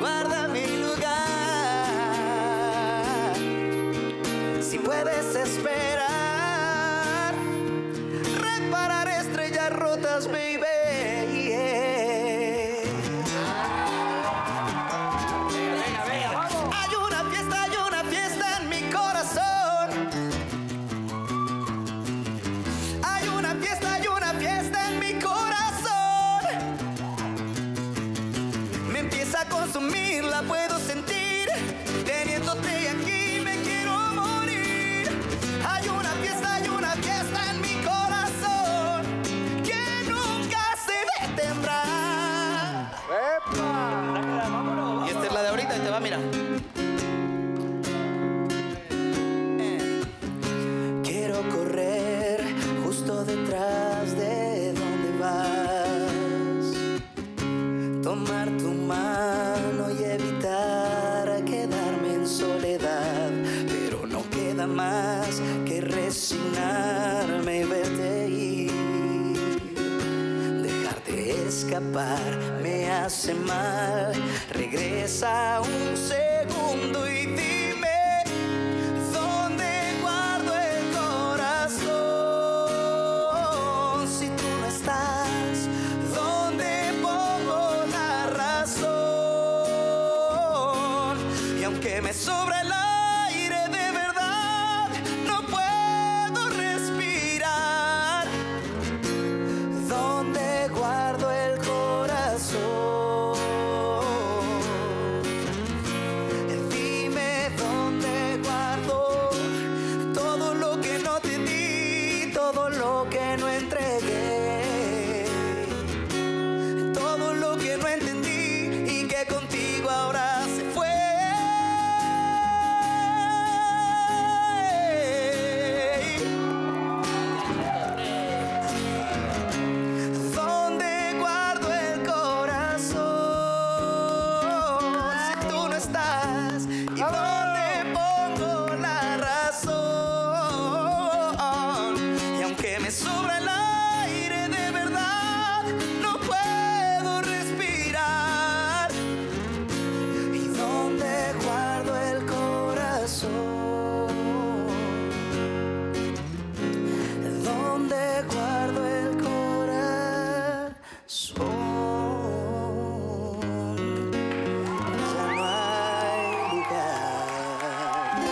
guarda mi lugar. Si puedes esperar, reparar estrellas rotas, baby. yeah. Hay una fiesta, hay una fiesta en mi corazón. Hay una fiesta, hay una fiesta en mi corazón. Me empieza a consumir, la puedo sentir. Teniéndote aquí me quiero morir. Hay una fiesta, hay una fiesta en mi corazón que nunca se detendrá. Y esta es la de ahorita, y te va, mira. Quiero correr justo detrás de donde vas. Tomar tu mano y evitar quedarme en soledad. Pero no queda más que resignarme y verte ir. Dejarte escapar me hace mal. Regresa un segundo y dime dónde guardo el corazón. Si tú no estás, ¿dónde pongo la razón? Y aunque me sobra el aire de verdad, no puedo respirar donde guardo el corazón. Dime dónde guardo todo lo que no te di, todo lo que no entregué, todo lo que no entendí y que contigo ahora se fue. ¿Dónde guardo el corazón? Si tú no estás, ¿y dónde pongo la razón? Y aunque me sobra el aire de verdad, no puedo respirar. ¿Y dónde guardo el corazón? donde guardo el corazón. Ya no hay lugar.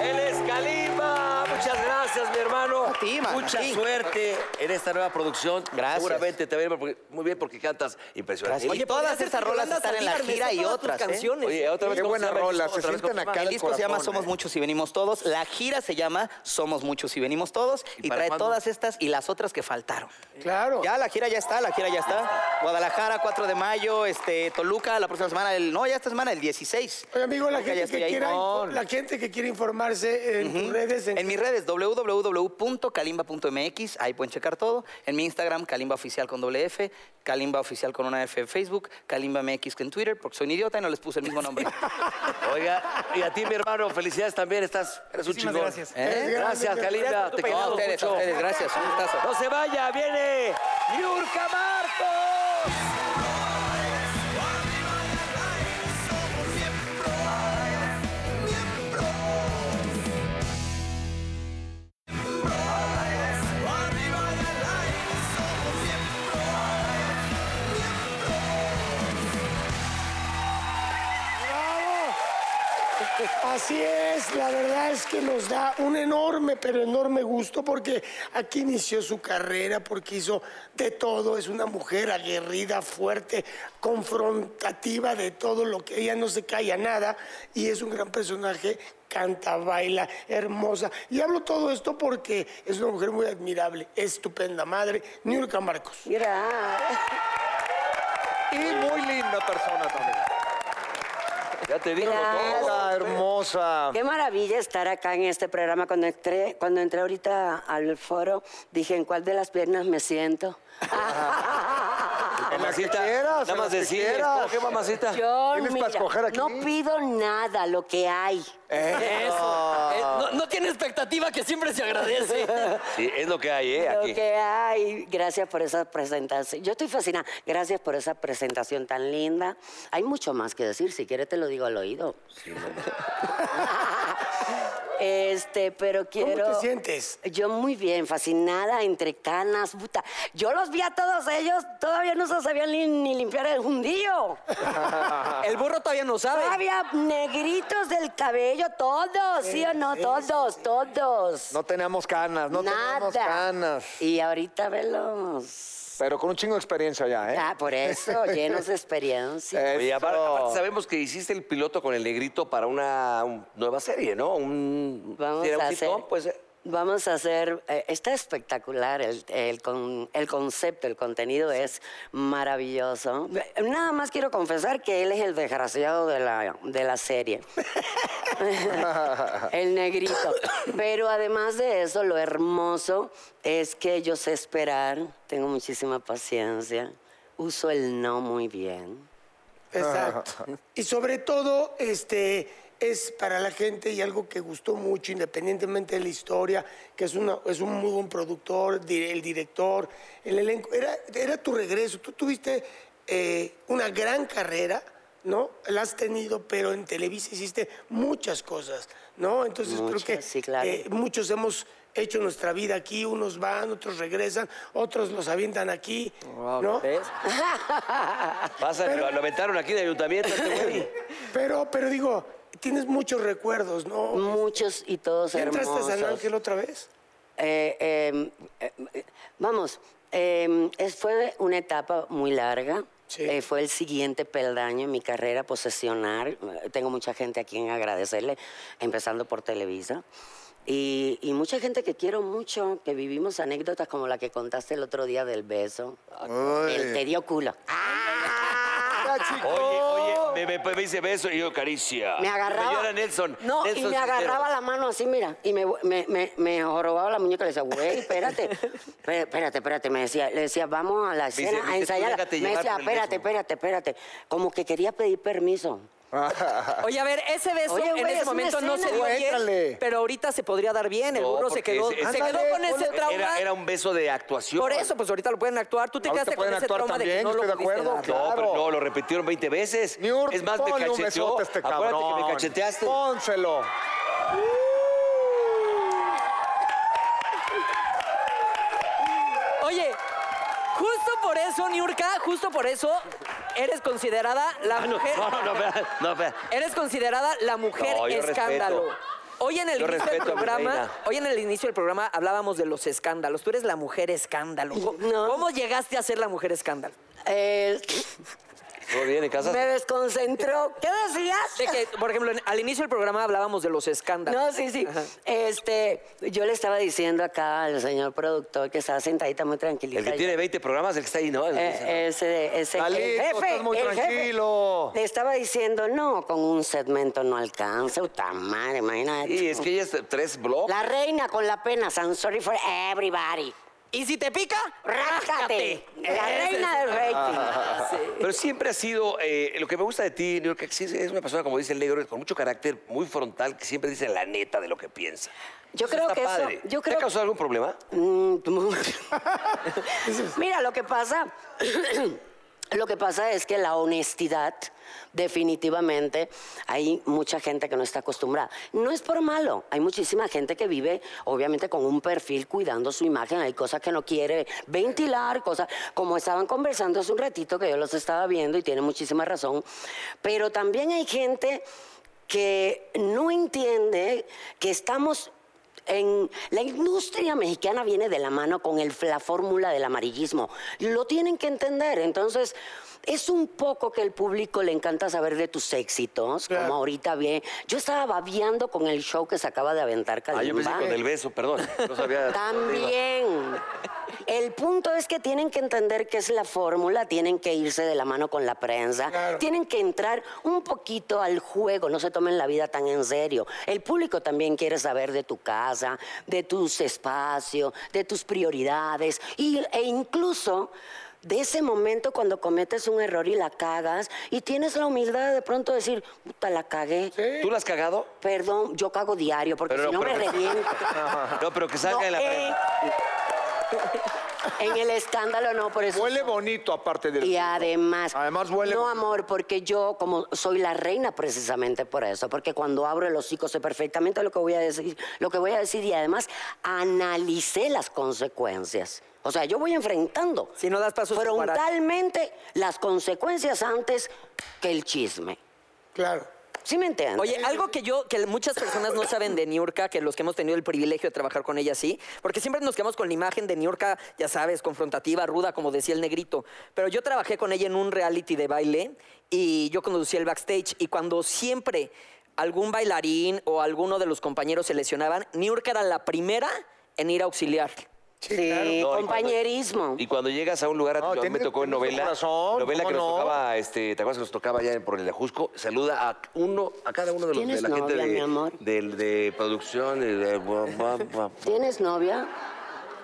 Él es Kalimba. Muchas gracias, mi hermano. ti, man, Mucha a ti. suerte suerte en esta nueva producción. Gracias. Seguramente te va a ir muy- muy bien porque cantas impresionante. Gracias. Oye, todas estas rolas están en la gira y otras, ¿eh? canciones. Oye, otra vez Qué ¿cómo se buena llama el rola, disco? se Otra vez, ¿cómo sientan acá El del disco se llama corazón, Somos eh. Muchos y Venimos Todos. La gira se llama Somos Muchos y Venimos Todos. ¿Y Y, para trae cuándo? todas estas y las otras que faltaron. Claro. Ya, la gira ya está, la gira ya está. Guadalajara, 4 de mayo, este, Toluca, la próxima semana, el, no, ya esta semana, el 16. Oye, amigo, la Toluca, gente, ya que estoy ahí. quiera, este- No, la gente que quiere informarse en tus redes, en, En mis redes, www.kalimba.mx, ahí pueden checar todo. En mi Instagram, Kalimba Oficial con doble F, Kalimba Oficial con una F en Facebook, Kalimba MX en Twitter, porque soy un idiota y no les puse el mismo nombre. Oiga, y a ti, mi hermano, felicidades también. Estás, eres un chingón. gracias. ¿Eh? Eres grande, Gracias, mi Kalinda. Te No, a queremos ustedes, a mucho. ustedes, gracias, un gustazo. No se vaya, viene Yurka Marcos. Así es, la verdad es que nos da un enorme, pero enorme gusto porque aquí inició su carrera, porque hizo de todo, es una mujer aguerrida, fuerte, confrontativa de todo lo que ella no se calla nada y es un gran personaje, canta, baila, hermosa. Y hablo todo esto porque es una mujer muy admirable, estupenda madre, Niurka Marcos. Y muy linda persona también. Ya te digo, Gracias. doctor. Hola, Ah, hermosa. Qué maravilla estar acá en este programa. Cuando entré, cuando entré ahorita al foro, dije, ¿en cuál de las piernas me siento? En la que quieras, nada en la más que decir, quieras. escoge, mamacita. Yo, ¿Tienes para mira, escoger aquí? no pido nada, lo que hay. Eso. Eh, no, no tiene expectativa que siempre se agradece. Sí, es lo que hay, ¿eh? Lo Aquí. que hay. Gracias por esa presentación. Yo estoy fascinada. Gracias por esa presentación tan linda. Hay mucho más que decir. Si quieres, te lo digo al oído. este, pero quiero. te sientes? Yo muy bien, fascinada, entre canas, puta. Yo los vi a todos ellos, todavía no se sabían ni, ni limpiar el hundillo. El burro todavía no sabe. Todavía negritos del cabello, todos, ¿sí o no? Todos, todos. No teníamos canas, no teníamos canas. Y ahorita velos. Pero con un chingo de experiencia ya, ¿eh? Ah, por eso, llenos de experiencia. Eso. Oye, apar- aparte sabemos que hiciste el piloto con el negrito para una un- nueva serie, ¿no? Un, Vamos ¿era un a hacer. sitcom, pues, eh? Vamos a hacer, eh, está espectacular el, el con- el concepto, el contenido es maravilloso. Nada más quiero confesar que él es el desgraciado de la, de la serie. el negrito. Pero además de eso, lo hermoso es que yo sé esperar, tengo muchísima paciencia, uso el no muy bien. Exacto. Ah. Y sobre todo, este, es para la gente y algo que gustó mucho, independientemente de la historia, que es, una, es un muy buen productor, di- el director, el elenco. Era, era tu regreso. Tú tuviste eh, una gran carrera, ¿no? La has tenido, pero en Televisa hiciste muchas cosas, ¿no? Entonces Muchas, creo que sí, claro. eh, muchos hemos hecho nuestra vida aquí, unos van, otros regresan, otros los avientan aquí, ¿no? ¿Ves? Pasa, lo, lo aventaron aquí de ayuntamiento. este güey. Pero, pero digo, tienes muchos recuerdos, ¿no? Mm, Muchos y todos ¿Ya hermosos. ¿Entraste a San Ángel otra vez? Eh, eh, eh, eh, vamos, eh, es- fue una etapa muy larga. Sí. Eh, fue el siguiente peldaño en mi carrera, posesionar. Tengo mucha gente a quien agradecerle, empezando por Televisa. Y, y mucha gente que quiero mucho, que vivimos anécdotas como la que contaste el otro día del beso. El te dio culo. Ya, chico. Oye, oye, me, me- me dice beso y yo caricia. Oh. Me agarraba. Yo era Nelson. No, Nelson y me Cisneros. agarraba la mano así, mira. Y me, me, me, me jorobaba la muñeca. Le decía, güey, espérate. Pe- Espérate, espérate. Me decía, le decía, vamos a la dice, escena me dice, a tú ensayar. déjate Me llevar decía, por el espérate, beso". espérate, espérate. Como que quería pedir permiso. Oye, a ver, ese beso Oye, en güey, ese es una momento no se escena. dio Éntrale. bien, pero ahorita se podría dar bien. El No, burro se porque quedó, ese- se ese- quedó con ese trauma. Eh, Era, era un beso de actuación. Por eso, pues ahorita lo pueden actuar. Tú te Ahorita quedaste con pueden ese actuar trauma de que también, no yo lo estoy de pudiste acuerdo, dar. No, Claro. pero no, lo repitieron 20 veces. Niur, es más, me ponle un cacheteó. besote a este Acuérdate que me cabrón. cacheteaste. Pónselo. Oye, justo por eso, Niurka, justo por eso eres considerada la Ah, no, mujer. no, no, espera, no, espera. Eres considerada la mujer No, yo respeto. escándalo. Hoy en el Yo inicio del respeto a mi programa, reina. hoy en el inicio del programa hablábamos de los escándalos. Tú eres la mujer escándalo. ¿Cómo, No. cómo llegaste a ser la mujer escándalo? Eh, ¿Todo bien en casa? me desconcentró. ¿Qué decías? De que, por ejemplo, en- al inicio del programa hablábamos de los escándalos. No, sí, sí. Este, yo le estaba diciendo acá al señor productor que estaba sentadita muy tranquilita. El que tiene 20 programas, el que está ahí, ¿no? El que dice, Eh, ese, ese, Lalito, el jefe, estás muy el jefe. tranquilo. Le estaba diciendo, no, con un segmento no alcanza, puta madre, imagínate. Y es que ella es tres blogs. La reina con la pena, I'm sorry for everybody. Y si te pica, ¡Rácate! La reina del Ah. rating. Pero siempre ha sido, eh, lo que me gusta de ti, New York, que sí es una persona, como dice el negro, con mucho carácter, muy frontal, que siempre dice la neta de lo que piensa. Yo Eso creo está que eso- padre. yo ¿Te creo- ha causado algún problema? Mm, tú- Mira, lo que pasa, lo que pasa es que la honestidad, definitivamente, hay mucha gente que no está acostumbrada. No es por malo, hay muchísima gente que vive, obviamente, con un perfil cuidando su imagen, hay cosas que no quiere ventilar, cosas como estaban conversando hace un ratito que yo los estaba viendo y tiene muchísima razón, pero también hay gente que no entiende que estamos en la industria mexicana viene de la mano con el- la fórmula del amarillismo. Lo tienen que entender. Entonces, es un poco que el público le encanta saber de tus éxitos, como ahorita bien. Yo estaba babiando con el show que se acaba de aventar Ah, yo pensé Kalimba. con el beso, perdón. No sabía. También. El punto es que tienen que entender qué es la fórmula, tienen que irse de la mano con la prensa, tienen que entrar un poquito al juego, no se tomen la vida tan en serio. El público también quiere saber de tu casa, de tus espacios, de tus prioridades y- e incluso de ese momento cuando cometes un error y la cagas y tienes la humildad de de pronto decir, puta, la cagué. ¿Tú la has cagado? Perdón, yo cago diario porque Pero si no no, me pero- reviento. No, pero que salga No, en la eh, En el escándalo no, por eso. Huele bonito aparte del... Y además, Además huele- no amor, porque yo como soy la reina precisamente por eso, porque cuando abro el hocico sé perfectamente lo que voy a decir, lo que voy a decir y además analicé las consecuencias. O sea, yo voy enfrentando si no das pasos sin parar. frontalmente las consecuencias antes que el chisme. Claro. ¿Sí me entiendes? Eh, Oye, algo que yo, que muchas personas no saben de Niurka, que los que hemos tenido el privilegio de trabajar con ella sí, porque siempre nos quedamos con la imagen de Niurka, ya sabes, confrontativa, ruda, como decía el negrito. Pero yo trabajé con ella en un reality de baile y yo conducía el backstage y cuando siempre algún bailarín o alguno de los compañeros se lesionaban, Niurka era la primera en ir a auxiliar. sí, No, y compañerismo. Y cuando llegas a un lugar, No, a mí me tiene- tocó en tiene su novela, corazón, novela que ¿cómo nos no? tocaba, este, ¿te acuerdas que nos tocaba allá en- por el Ajusco? Saluda a uno, a cada uno de los de ¿Tienes la gente novia, de, mi amor? del- de producción. y de- bu- bu- bu- ¿Tienes novia?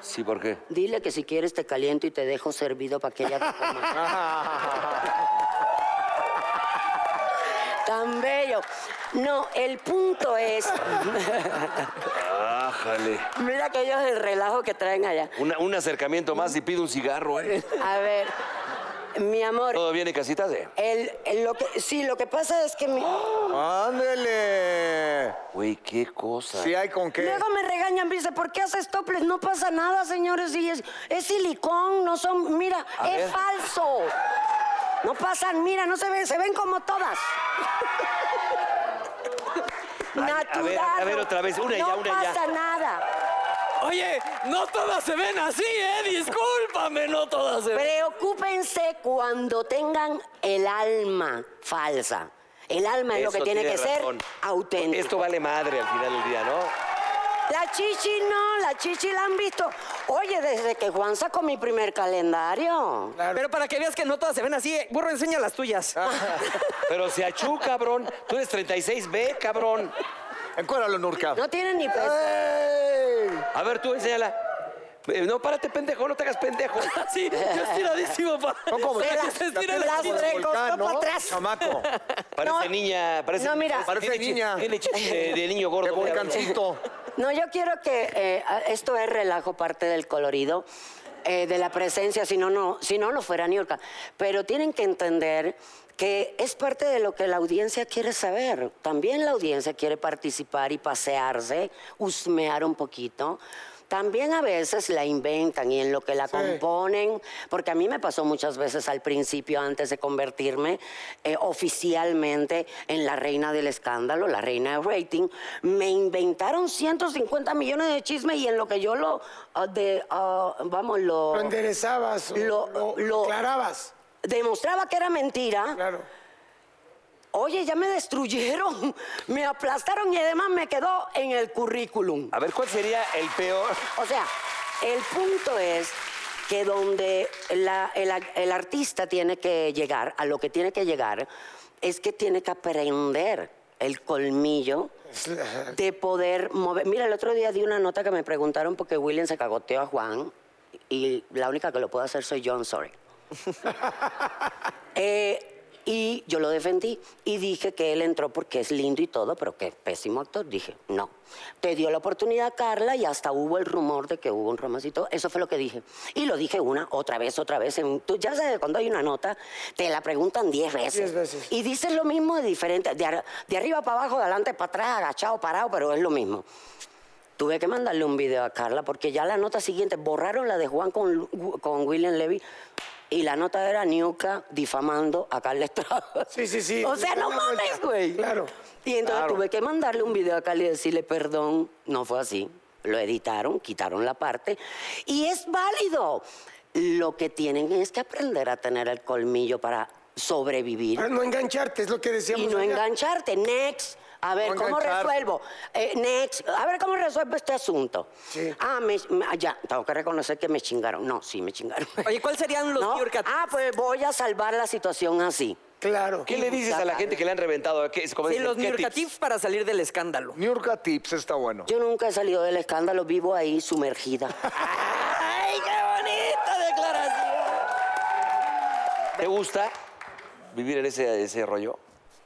Sí, ¿por qué? Dile que si quieres te caliento y te dejo servido para que ella te coma. Tan bello. No, el punto es, Ájale. mira que ellos el relajo que traen allá. Una- un acercamiento más y pido un cigarro, ¿eh? A ver, mi amor, ¿Todo bien en casita? Sí. el, el lo que, sí, lo que pasa es que mi- ¡Ándele! Güey, qué cosa. Si hay con qué. luego me regañan, me dice, ¿por qué haces toples? No pasa nada, señores, y es, es silicón, no son, mira, A es ver. falso. No pasan, mira, no se ven, se ven como todas. Natural. a ver, a ver, otra vez, una y no ya, una y ya. No pasa nada. Oye, no todas se ven así, ¿eh? Discúlpame, no todas se Preocúpense cuando tengan el alma falsa. El alma es lo Eso que tiene que tienes razón. ser auténtico. Esto vale madre al final del día, ¿no? La chichi no, la chichi la han visto. Oye, desde que Juan sacó mi primer calendario. Pero para que veas que no todas se ven así, eh, burro, enseña las tuyas. Ah, Pero se achú, cabrón. Tú eres 36B, cabrón. Encuérdalo, Nurka. No tiene ni peso. A ver, tú enséñala. Eh, No, párate, pendejo, no te hagas pendejo. Sí, yo estiradísimo, papá. Son como- Se Las- las estira las la Como de recortó volcán, para ¿no? atrás. Chamaco. Parece No, niña, parece no, mira. Parece tiene chi- niña. Tiene chiste de niño gordo. De mira, mira. volcancito. No, yo quiero que eh, a- esto es relajo, parte del colorido, eh, de la presencia, si no, no, si no, no fuera New York. Pero tienen que entender que es parte de lo que la audiencia quiere saber. También la audiencia quiere participar y pasearse, husmear un poquito. También a veces la inventan y en lo que la componen, porque a mí me pasó muchas veces al principio, antes de convertirme eh, oficialmente en la reina del escándalo, la reina de rating, me inventaron 150 millones de chismes y en lo que yo lo, ah, de, ah, vamos, lo... Lo enderezabas, o Lo- lo, lo- aclarabas. Demostraba que era mentira. Claro. Oye, ya me destruyeron, me aplastaron y además me quedó en el currículum. A ver, ¿cuál sería el peor? O sea, el punto es que donde la- el, a- el artista tiene que llegar, a lo que tiene que llegar, es que tiene que aprender el colmillo de poder mover. Mira, el otro día di una nota que me preguntaron porque William se cagoteó a Juan y la única que lo puedo hacer soy John, sorry. Eh, y yo lo defendí y dije que él entró porque es lindo y todo, pero que es pésimo actor. Dije, no. Te dio la oportunidad, Carla, y hasta hubo el rumor de que hubo un romancito. Eso fue lo que dije. Y lo dije una, otra vez, otra vez. En- tú ya sabes, cuando hay una nota, te la preguntan diez veces. Diez veces. Y dices lo mismo de diferente, de, ar- de arriba para abajo, de adelante para atrás, agachado, parado, pero es lo mismo. Tuve que mandarle un video a Carla porque ya la nota siguiente, borraron la de Juan con, Lu- con William Levy y la nota era Niuca difamando a Carla Estrada. Sí, sí, sí. O sea, no Una vuelta. mames, güey. Claro. Y entonces tuve que mandarle un video a Carla y decirle, perdón, no fue así. Lo editaron, quitaron la parte y es válido. Lo que tienen es que aprender a tener el colmillo para sobrevivir Para no engancharte, es lo que decíamos. y no allá. engancharte. Next. A ver, No ¿cómo engancharte. resuelvo? Eh, next. A ver, ¿cómo resuelvo este asunto? Sí. Ah, me- me- ah, ya, tengo que reconocer que me chingaron. No, sí, me chingaron. Oye, ¿cuáles serían los ¿No? York at- Ah, pues voy a salvar la situación así. Claro. ¿Qué le dices a la gente que le han reventado? ¿Qué, como Sí, dicen, los ¿qué tips? Niurkatips para salir del escándalo. Niurka Tips está bueno. Yo nunca he salido del escándalo, vivo ahí sumergida. ¡Ay, qué bonita declaración! ¿Te gusta vivir en ese, ese rollo?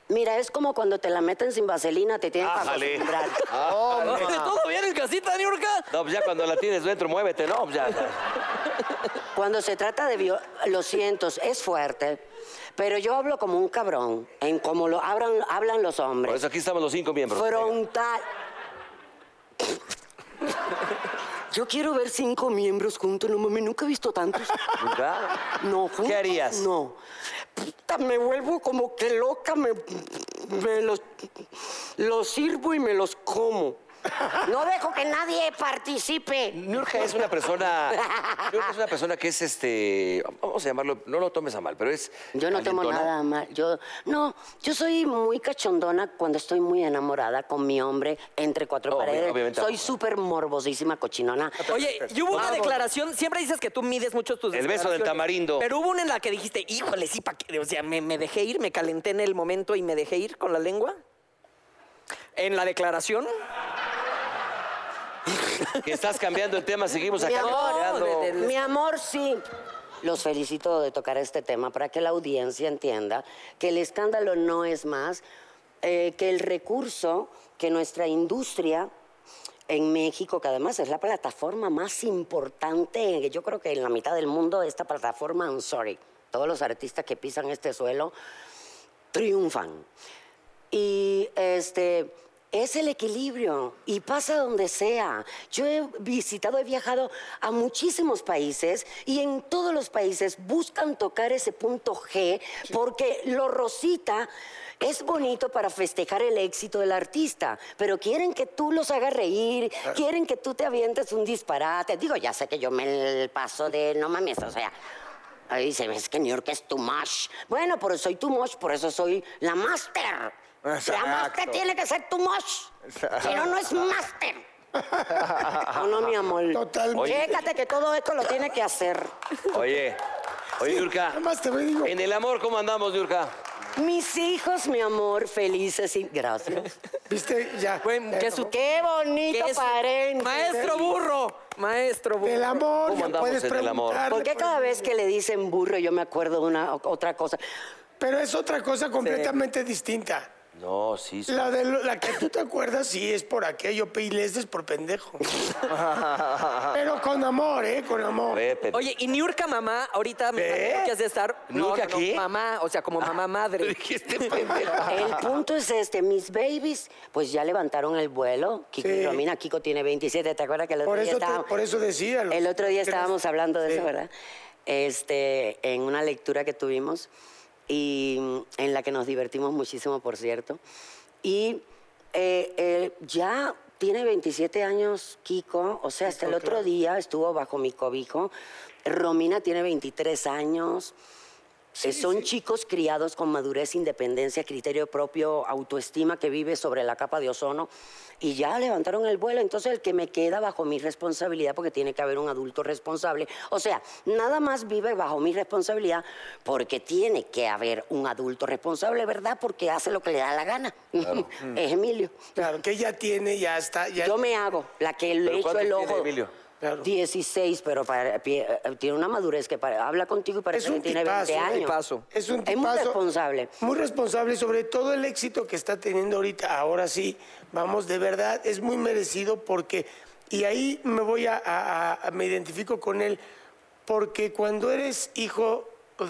Mira, es como cuando te la meten sin vaselina, te tienen Ah, que Ájale. acostumbrar. Ah, Oh, ¿Todo bien en casita, Niurka? No, pues ya cuando la tienes dentro, muévete, ¿no? Pues ya. Cuando se trata de violencia, lo siento, es fuerte, pero yo hablo como un cabrón, en como lo hablan, hablan los hombres. Por eso aquí estamos los cinco miembros. Frontal. Yo quiero ver cinco miembros juntos, no mames, nunca he visto tantos. ¿Nunca? No, juntos, ¿Qué harías? No. Puta, me vuelvo como que loca, me, me los, los sirvo y me los como. No dejo que nadie participe. Nurka es una persona. Nurka es una persona que es este. Vamos a llamarlo. No lo tomes a mal, pero es. Yo no tomo calentona. nada mal. Yo, no, yo soy muy cachondona cuando estoy muy enamorada con mi hombre entre cuatro Obvio, paredes. obviamente. soy súper morbosísima, cochinona. Oye, y hubo una declaración, siempre dices que tú mides mucho tus El beso del declaraciones, tamarindo. Pero hubo una en la que dijiste, híjole, sí, pa' qué", o sea, me, me dejé ir, me calenté en el momento y me dejé ir con la lengua. En la declaración. Que estás cambiando el tema, seguimos Mi acá. amor, peleando. de- de- mi amor, sí. Los felicito de tocar este tema para que la audiencia entienda que el escándalo no es más eh, que el recurso que nuestra industria en México, que además es la plataforma más importante, yo creo que en la mitad del mundo, esta plataforma, I'm sorry, todos los artistas que pisan este suelo triunfan. Y este es el equilibrio y pasa donde sea. Yo he visitado, he viajado a muchísimos países y en todos los países buscan tocar ese punto G porque lo rosita es bonito para festejar el éxito del artista, pero quieren que tú los hagas reír, quieren que tú te avientes un disparate. Digo, ya sé que yo me el paso de no mames, o sea, Ahí dice, ves que New York es too much. Bueno, pero soy too much, por eso soy la master. La Exacto. master tiene que ser too much. Si no, no es master. No, no, mi amor. Totalmente. Chécate que todo esto lo tiene que hacer. Oye, oye, Nurka. Nada más te voy, digo. En el amor, ¿cómo andamos, Nurka? Mis hijos, mi amor, felices y gracias. ¿Viste? Ya. Bueno, que su- Qué bonito que su- paréntesis. Maestro burro, maestro burro. Del amor, ¿Cómo ya andamos puedes en el amor? preguntarle, ¿Por qué cada vez que le dicen burro yo me acuerdo de una otra cosa? Pero es otra cosa completamente distinta. No, sí, sí. La, de lo- la que tú te acuerdas, sí, es por aquello, pe, y le es por pendejo. Pero con amor, ¿eh? Con A amor. ver, Pepe. Oye, y Niurka mamá, ahorita me ¿Eh? imagino que has de estar. ¿Niurka qué? Ah, Mamá, o sea, como mamá madre. Dijiste pendejo. El punto es este, mis babies, pues ya levantaron el vuelo. Kiko y Sí. Romina, Kiko tiene 27, ¿te acuerdas que el otro Por día eso, te- estábamos- por eso decía. los- El otro día estábamos hablando de Sí. eso, ¿verdad? Este, en una lectura que tuvimos y mm, en la que nos divertimos muchísimo, por cierto. Y eh, eh, ya tiene 27 años Kiko, o sea, hasta el otro día estuvo bajo mi cobijo. Romina tiene 23 años. Eh, son chicos criados con madurez, independencia, criterio propio, autoestima que vive sobre la capa de ozono y ya levantaron el vuelo. Entonces el que me queda bajo mi responsabilidad, porque tiene que haber un adulto responsable, o sea, nada más vive bajo mi responsabilidad porque tiene que haber un adulto responsable, ¿verdad? Porque hace lo que le da la gana. Mm. es Emilio. Claro, que ya tiene, ya está. Ya... Yo me hago la que le ¿Pero echo cuántos el tiene ojo. Emilio? Claro. 16, pero para- pie- eh, tiene una madurez que para- habla contigo y parece Es un que tiene tipazo, 20 un años. tipazo. Es un Es muy tipazo. responsable. Muy responsable, sobre todo el éxito que está teniendo ahorita. Ahora sí, vamos, de verdad, es muy merecido porque. Y ahí me voy a. a- a- a- me identifico con él, porque cuando eres hijo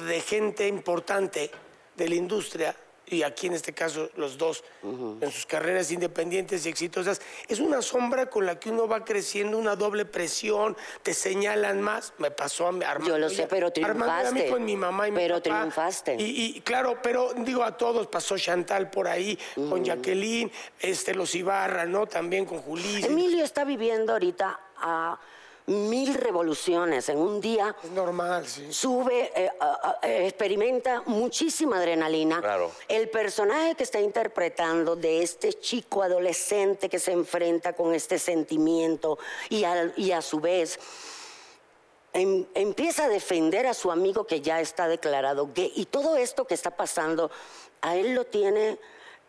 de gente importante de la industria, y aquí en este caso los dos, en sus carreras independientes y exitosas, es una sombra con la que uno va creciendo, una doble presión, te señalan más. Me pasó a mí, Armando. Yo lo sé, pero Armando y a mí triunfaste. con mi mamá y mi Pero papá. triunfaste. Y, y claro, pero digo a todos, pasó Chantal por ahí, con Jacqueline, este, los Ibarra, ¿no? También con Julissa. Emilio está viviendo ahorita a mil revoluciones en un día. Es normal, sí. Sube, eh, a- a- eh, experimenta muchísima adrenalina. Claro. El personaje que está interpretando de este chico adolescente que se enfrenta con este sentimiento y, al- y a su vez em- empieza a defender a su amigo que ya está declarado gay. Y todo esto que está pasando, a él lo tiene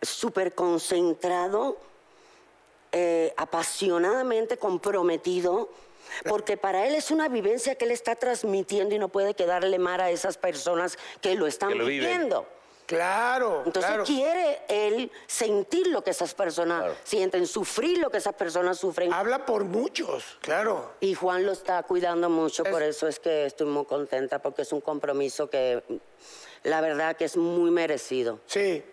súper concentrado eh, apasionadamente comprometido, porque para él es una vivencia que él está transmitiendo y no puede quedarle mal a esas personas que lo están Que lo viven. viviendo. Claro, Entonces claro. quiere él sentir lo que esas personas Claro. Ah. sienten, sufrir lo que esas personas sufren. Habla por muchos, claro. Y Juan lo está cuidando mucho, Es- por eso es que estoy muy contenta, porque es un compromiso que la verdad que es muy merecido. Sí,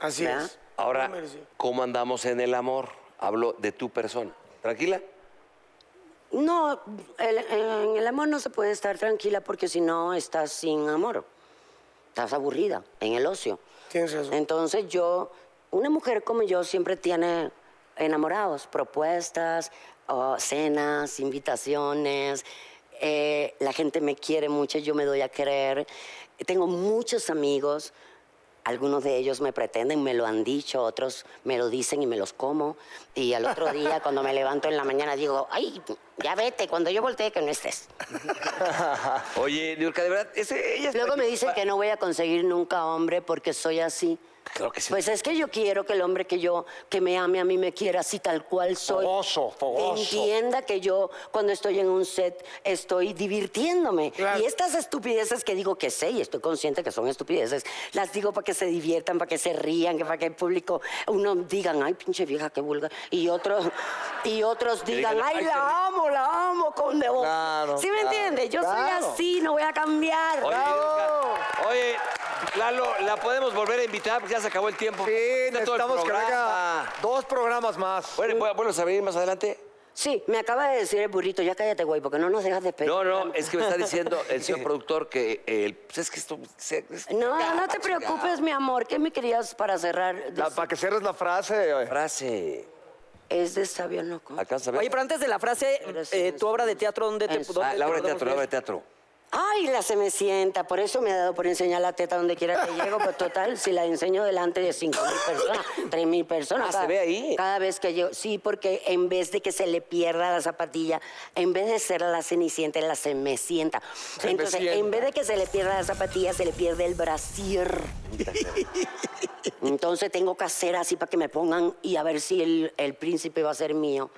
así ¿Verdad? es. Ahora, Muy merecido. ¿cómo andamos en el amor? Hablo de tu persona. ¿Tranquila? No, el- en el amor no se puede estar tranquila porque si no estás sin amor. Estás aburrida en el ocio. Tienes razón. Entonces yo, una mujer como yo siempre tiene enamorados, propuestas, oh, cenas, invitaciones. eh, la gente me quiere mucho, yo me doy a querer. Tengo muchos amigos. Algunos de ellos me pretenden, me lo han dicho, otros me lo dicen y me los como. Y al otro día, cuando me levanto en la mañana, digo, ay, ya vete, cuando yo voltee que no estés. Oye, Niurka, de verdad, ese, ella está- Luego me dicen que no voy a conseguir nunca hombre porque soy así. Claro que sí. Pues es que yo quiero que el hombre que yo, que me ame a mí, me quiera así tal cual soy. Oh, Fogoso, fogoso. Que entienda que yo, cuando estoy en un set, estoy divirtiéndome. Claro. Y estas estupideces que digo que sé y estoy consciente que son estupideces, las digo para que se diviertan, para que se rían, que para que el público, uno digan, ay, pinche vieja, qué vulgar. Y otros, y otros digan, digan, ay, "Ay, qué la amo, la amo con devoción. Claro, ¿Sí me claro, entiendes? Yo claro. soy así, no voy a cambiar. Oye, Niurka, oye, Lalo, ¿la podemos volver a invitar? Porque ya se acabó el tiempo. Sí, Está todo el necesitamos que programa. venga dos programas más. Bueno, ¿vu- ¿vuelves a venir más adelante? Sí, me acaba de decir el burrito, ya cállate, güey, porque no nos dejas despedir. No, no, es que me está diciendo el señor productor que eh, el- pues es que esto... se- es- No, Ya, no te chingada. preocupes, mi amor. ¿Qué me querías para cerrar? La- para que cierres la frase. eh. Frase, Es de sabio loco. alcanza a ver. Oye, pero antes de la frase, Pero sí, eh, sí, tu obra de teatro, ¿dónde te Eso. dónde Ah, la obra de podemos teatro, la obra ver? de teatro. Ay, la se me sienta. Por eso me ha dado por enseñar la teta donde quiera que llego. Pero total, si la enseño delante de 5 mil personas, 3 mil personas. Ah, se ve ahí. Cada vez que yo. Sí, porque en vez de que se le pierda la zapatilla, en vez de ser la cenicienta, la se me sienta. me Entonces, en sienta. vez de que se le pierda la zapatilla, se le pierde el brasier. Entonces tengo que hacer así para que me pongan y a ver si el, el príncipe va a ser mío.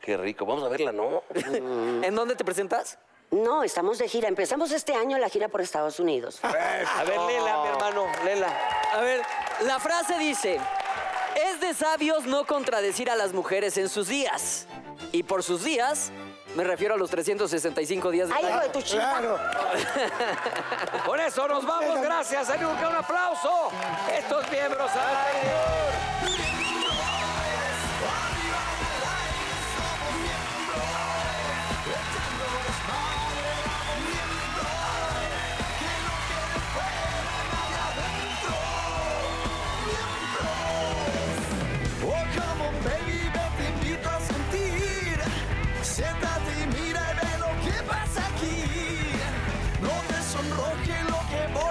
Qué rico, vamos a verla, ¿no? ¿En dónde te presentas? No, estamos de gira. Empezamos este año la gira por Estados Unidos. A ver, Lela, mi hermano, Lela. A ver, la frase dice, es de sabios no contradecir a las mujeres en sus días. Y por sus días, me refiero a los 365 días del Ay, hijo año. de tu chica. Claro. Con eso nos vamos, gracias, Anuca, un aplauso. Estos miembros al aire. Oh, come on, baby, ven, te invito a sentir. Siéntate y mira y ve lo que pasa aquí. No te sonroje lo que voy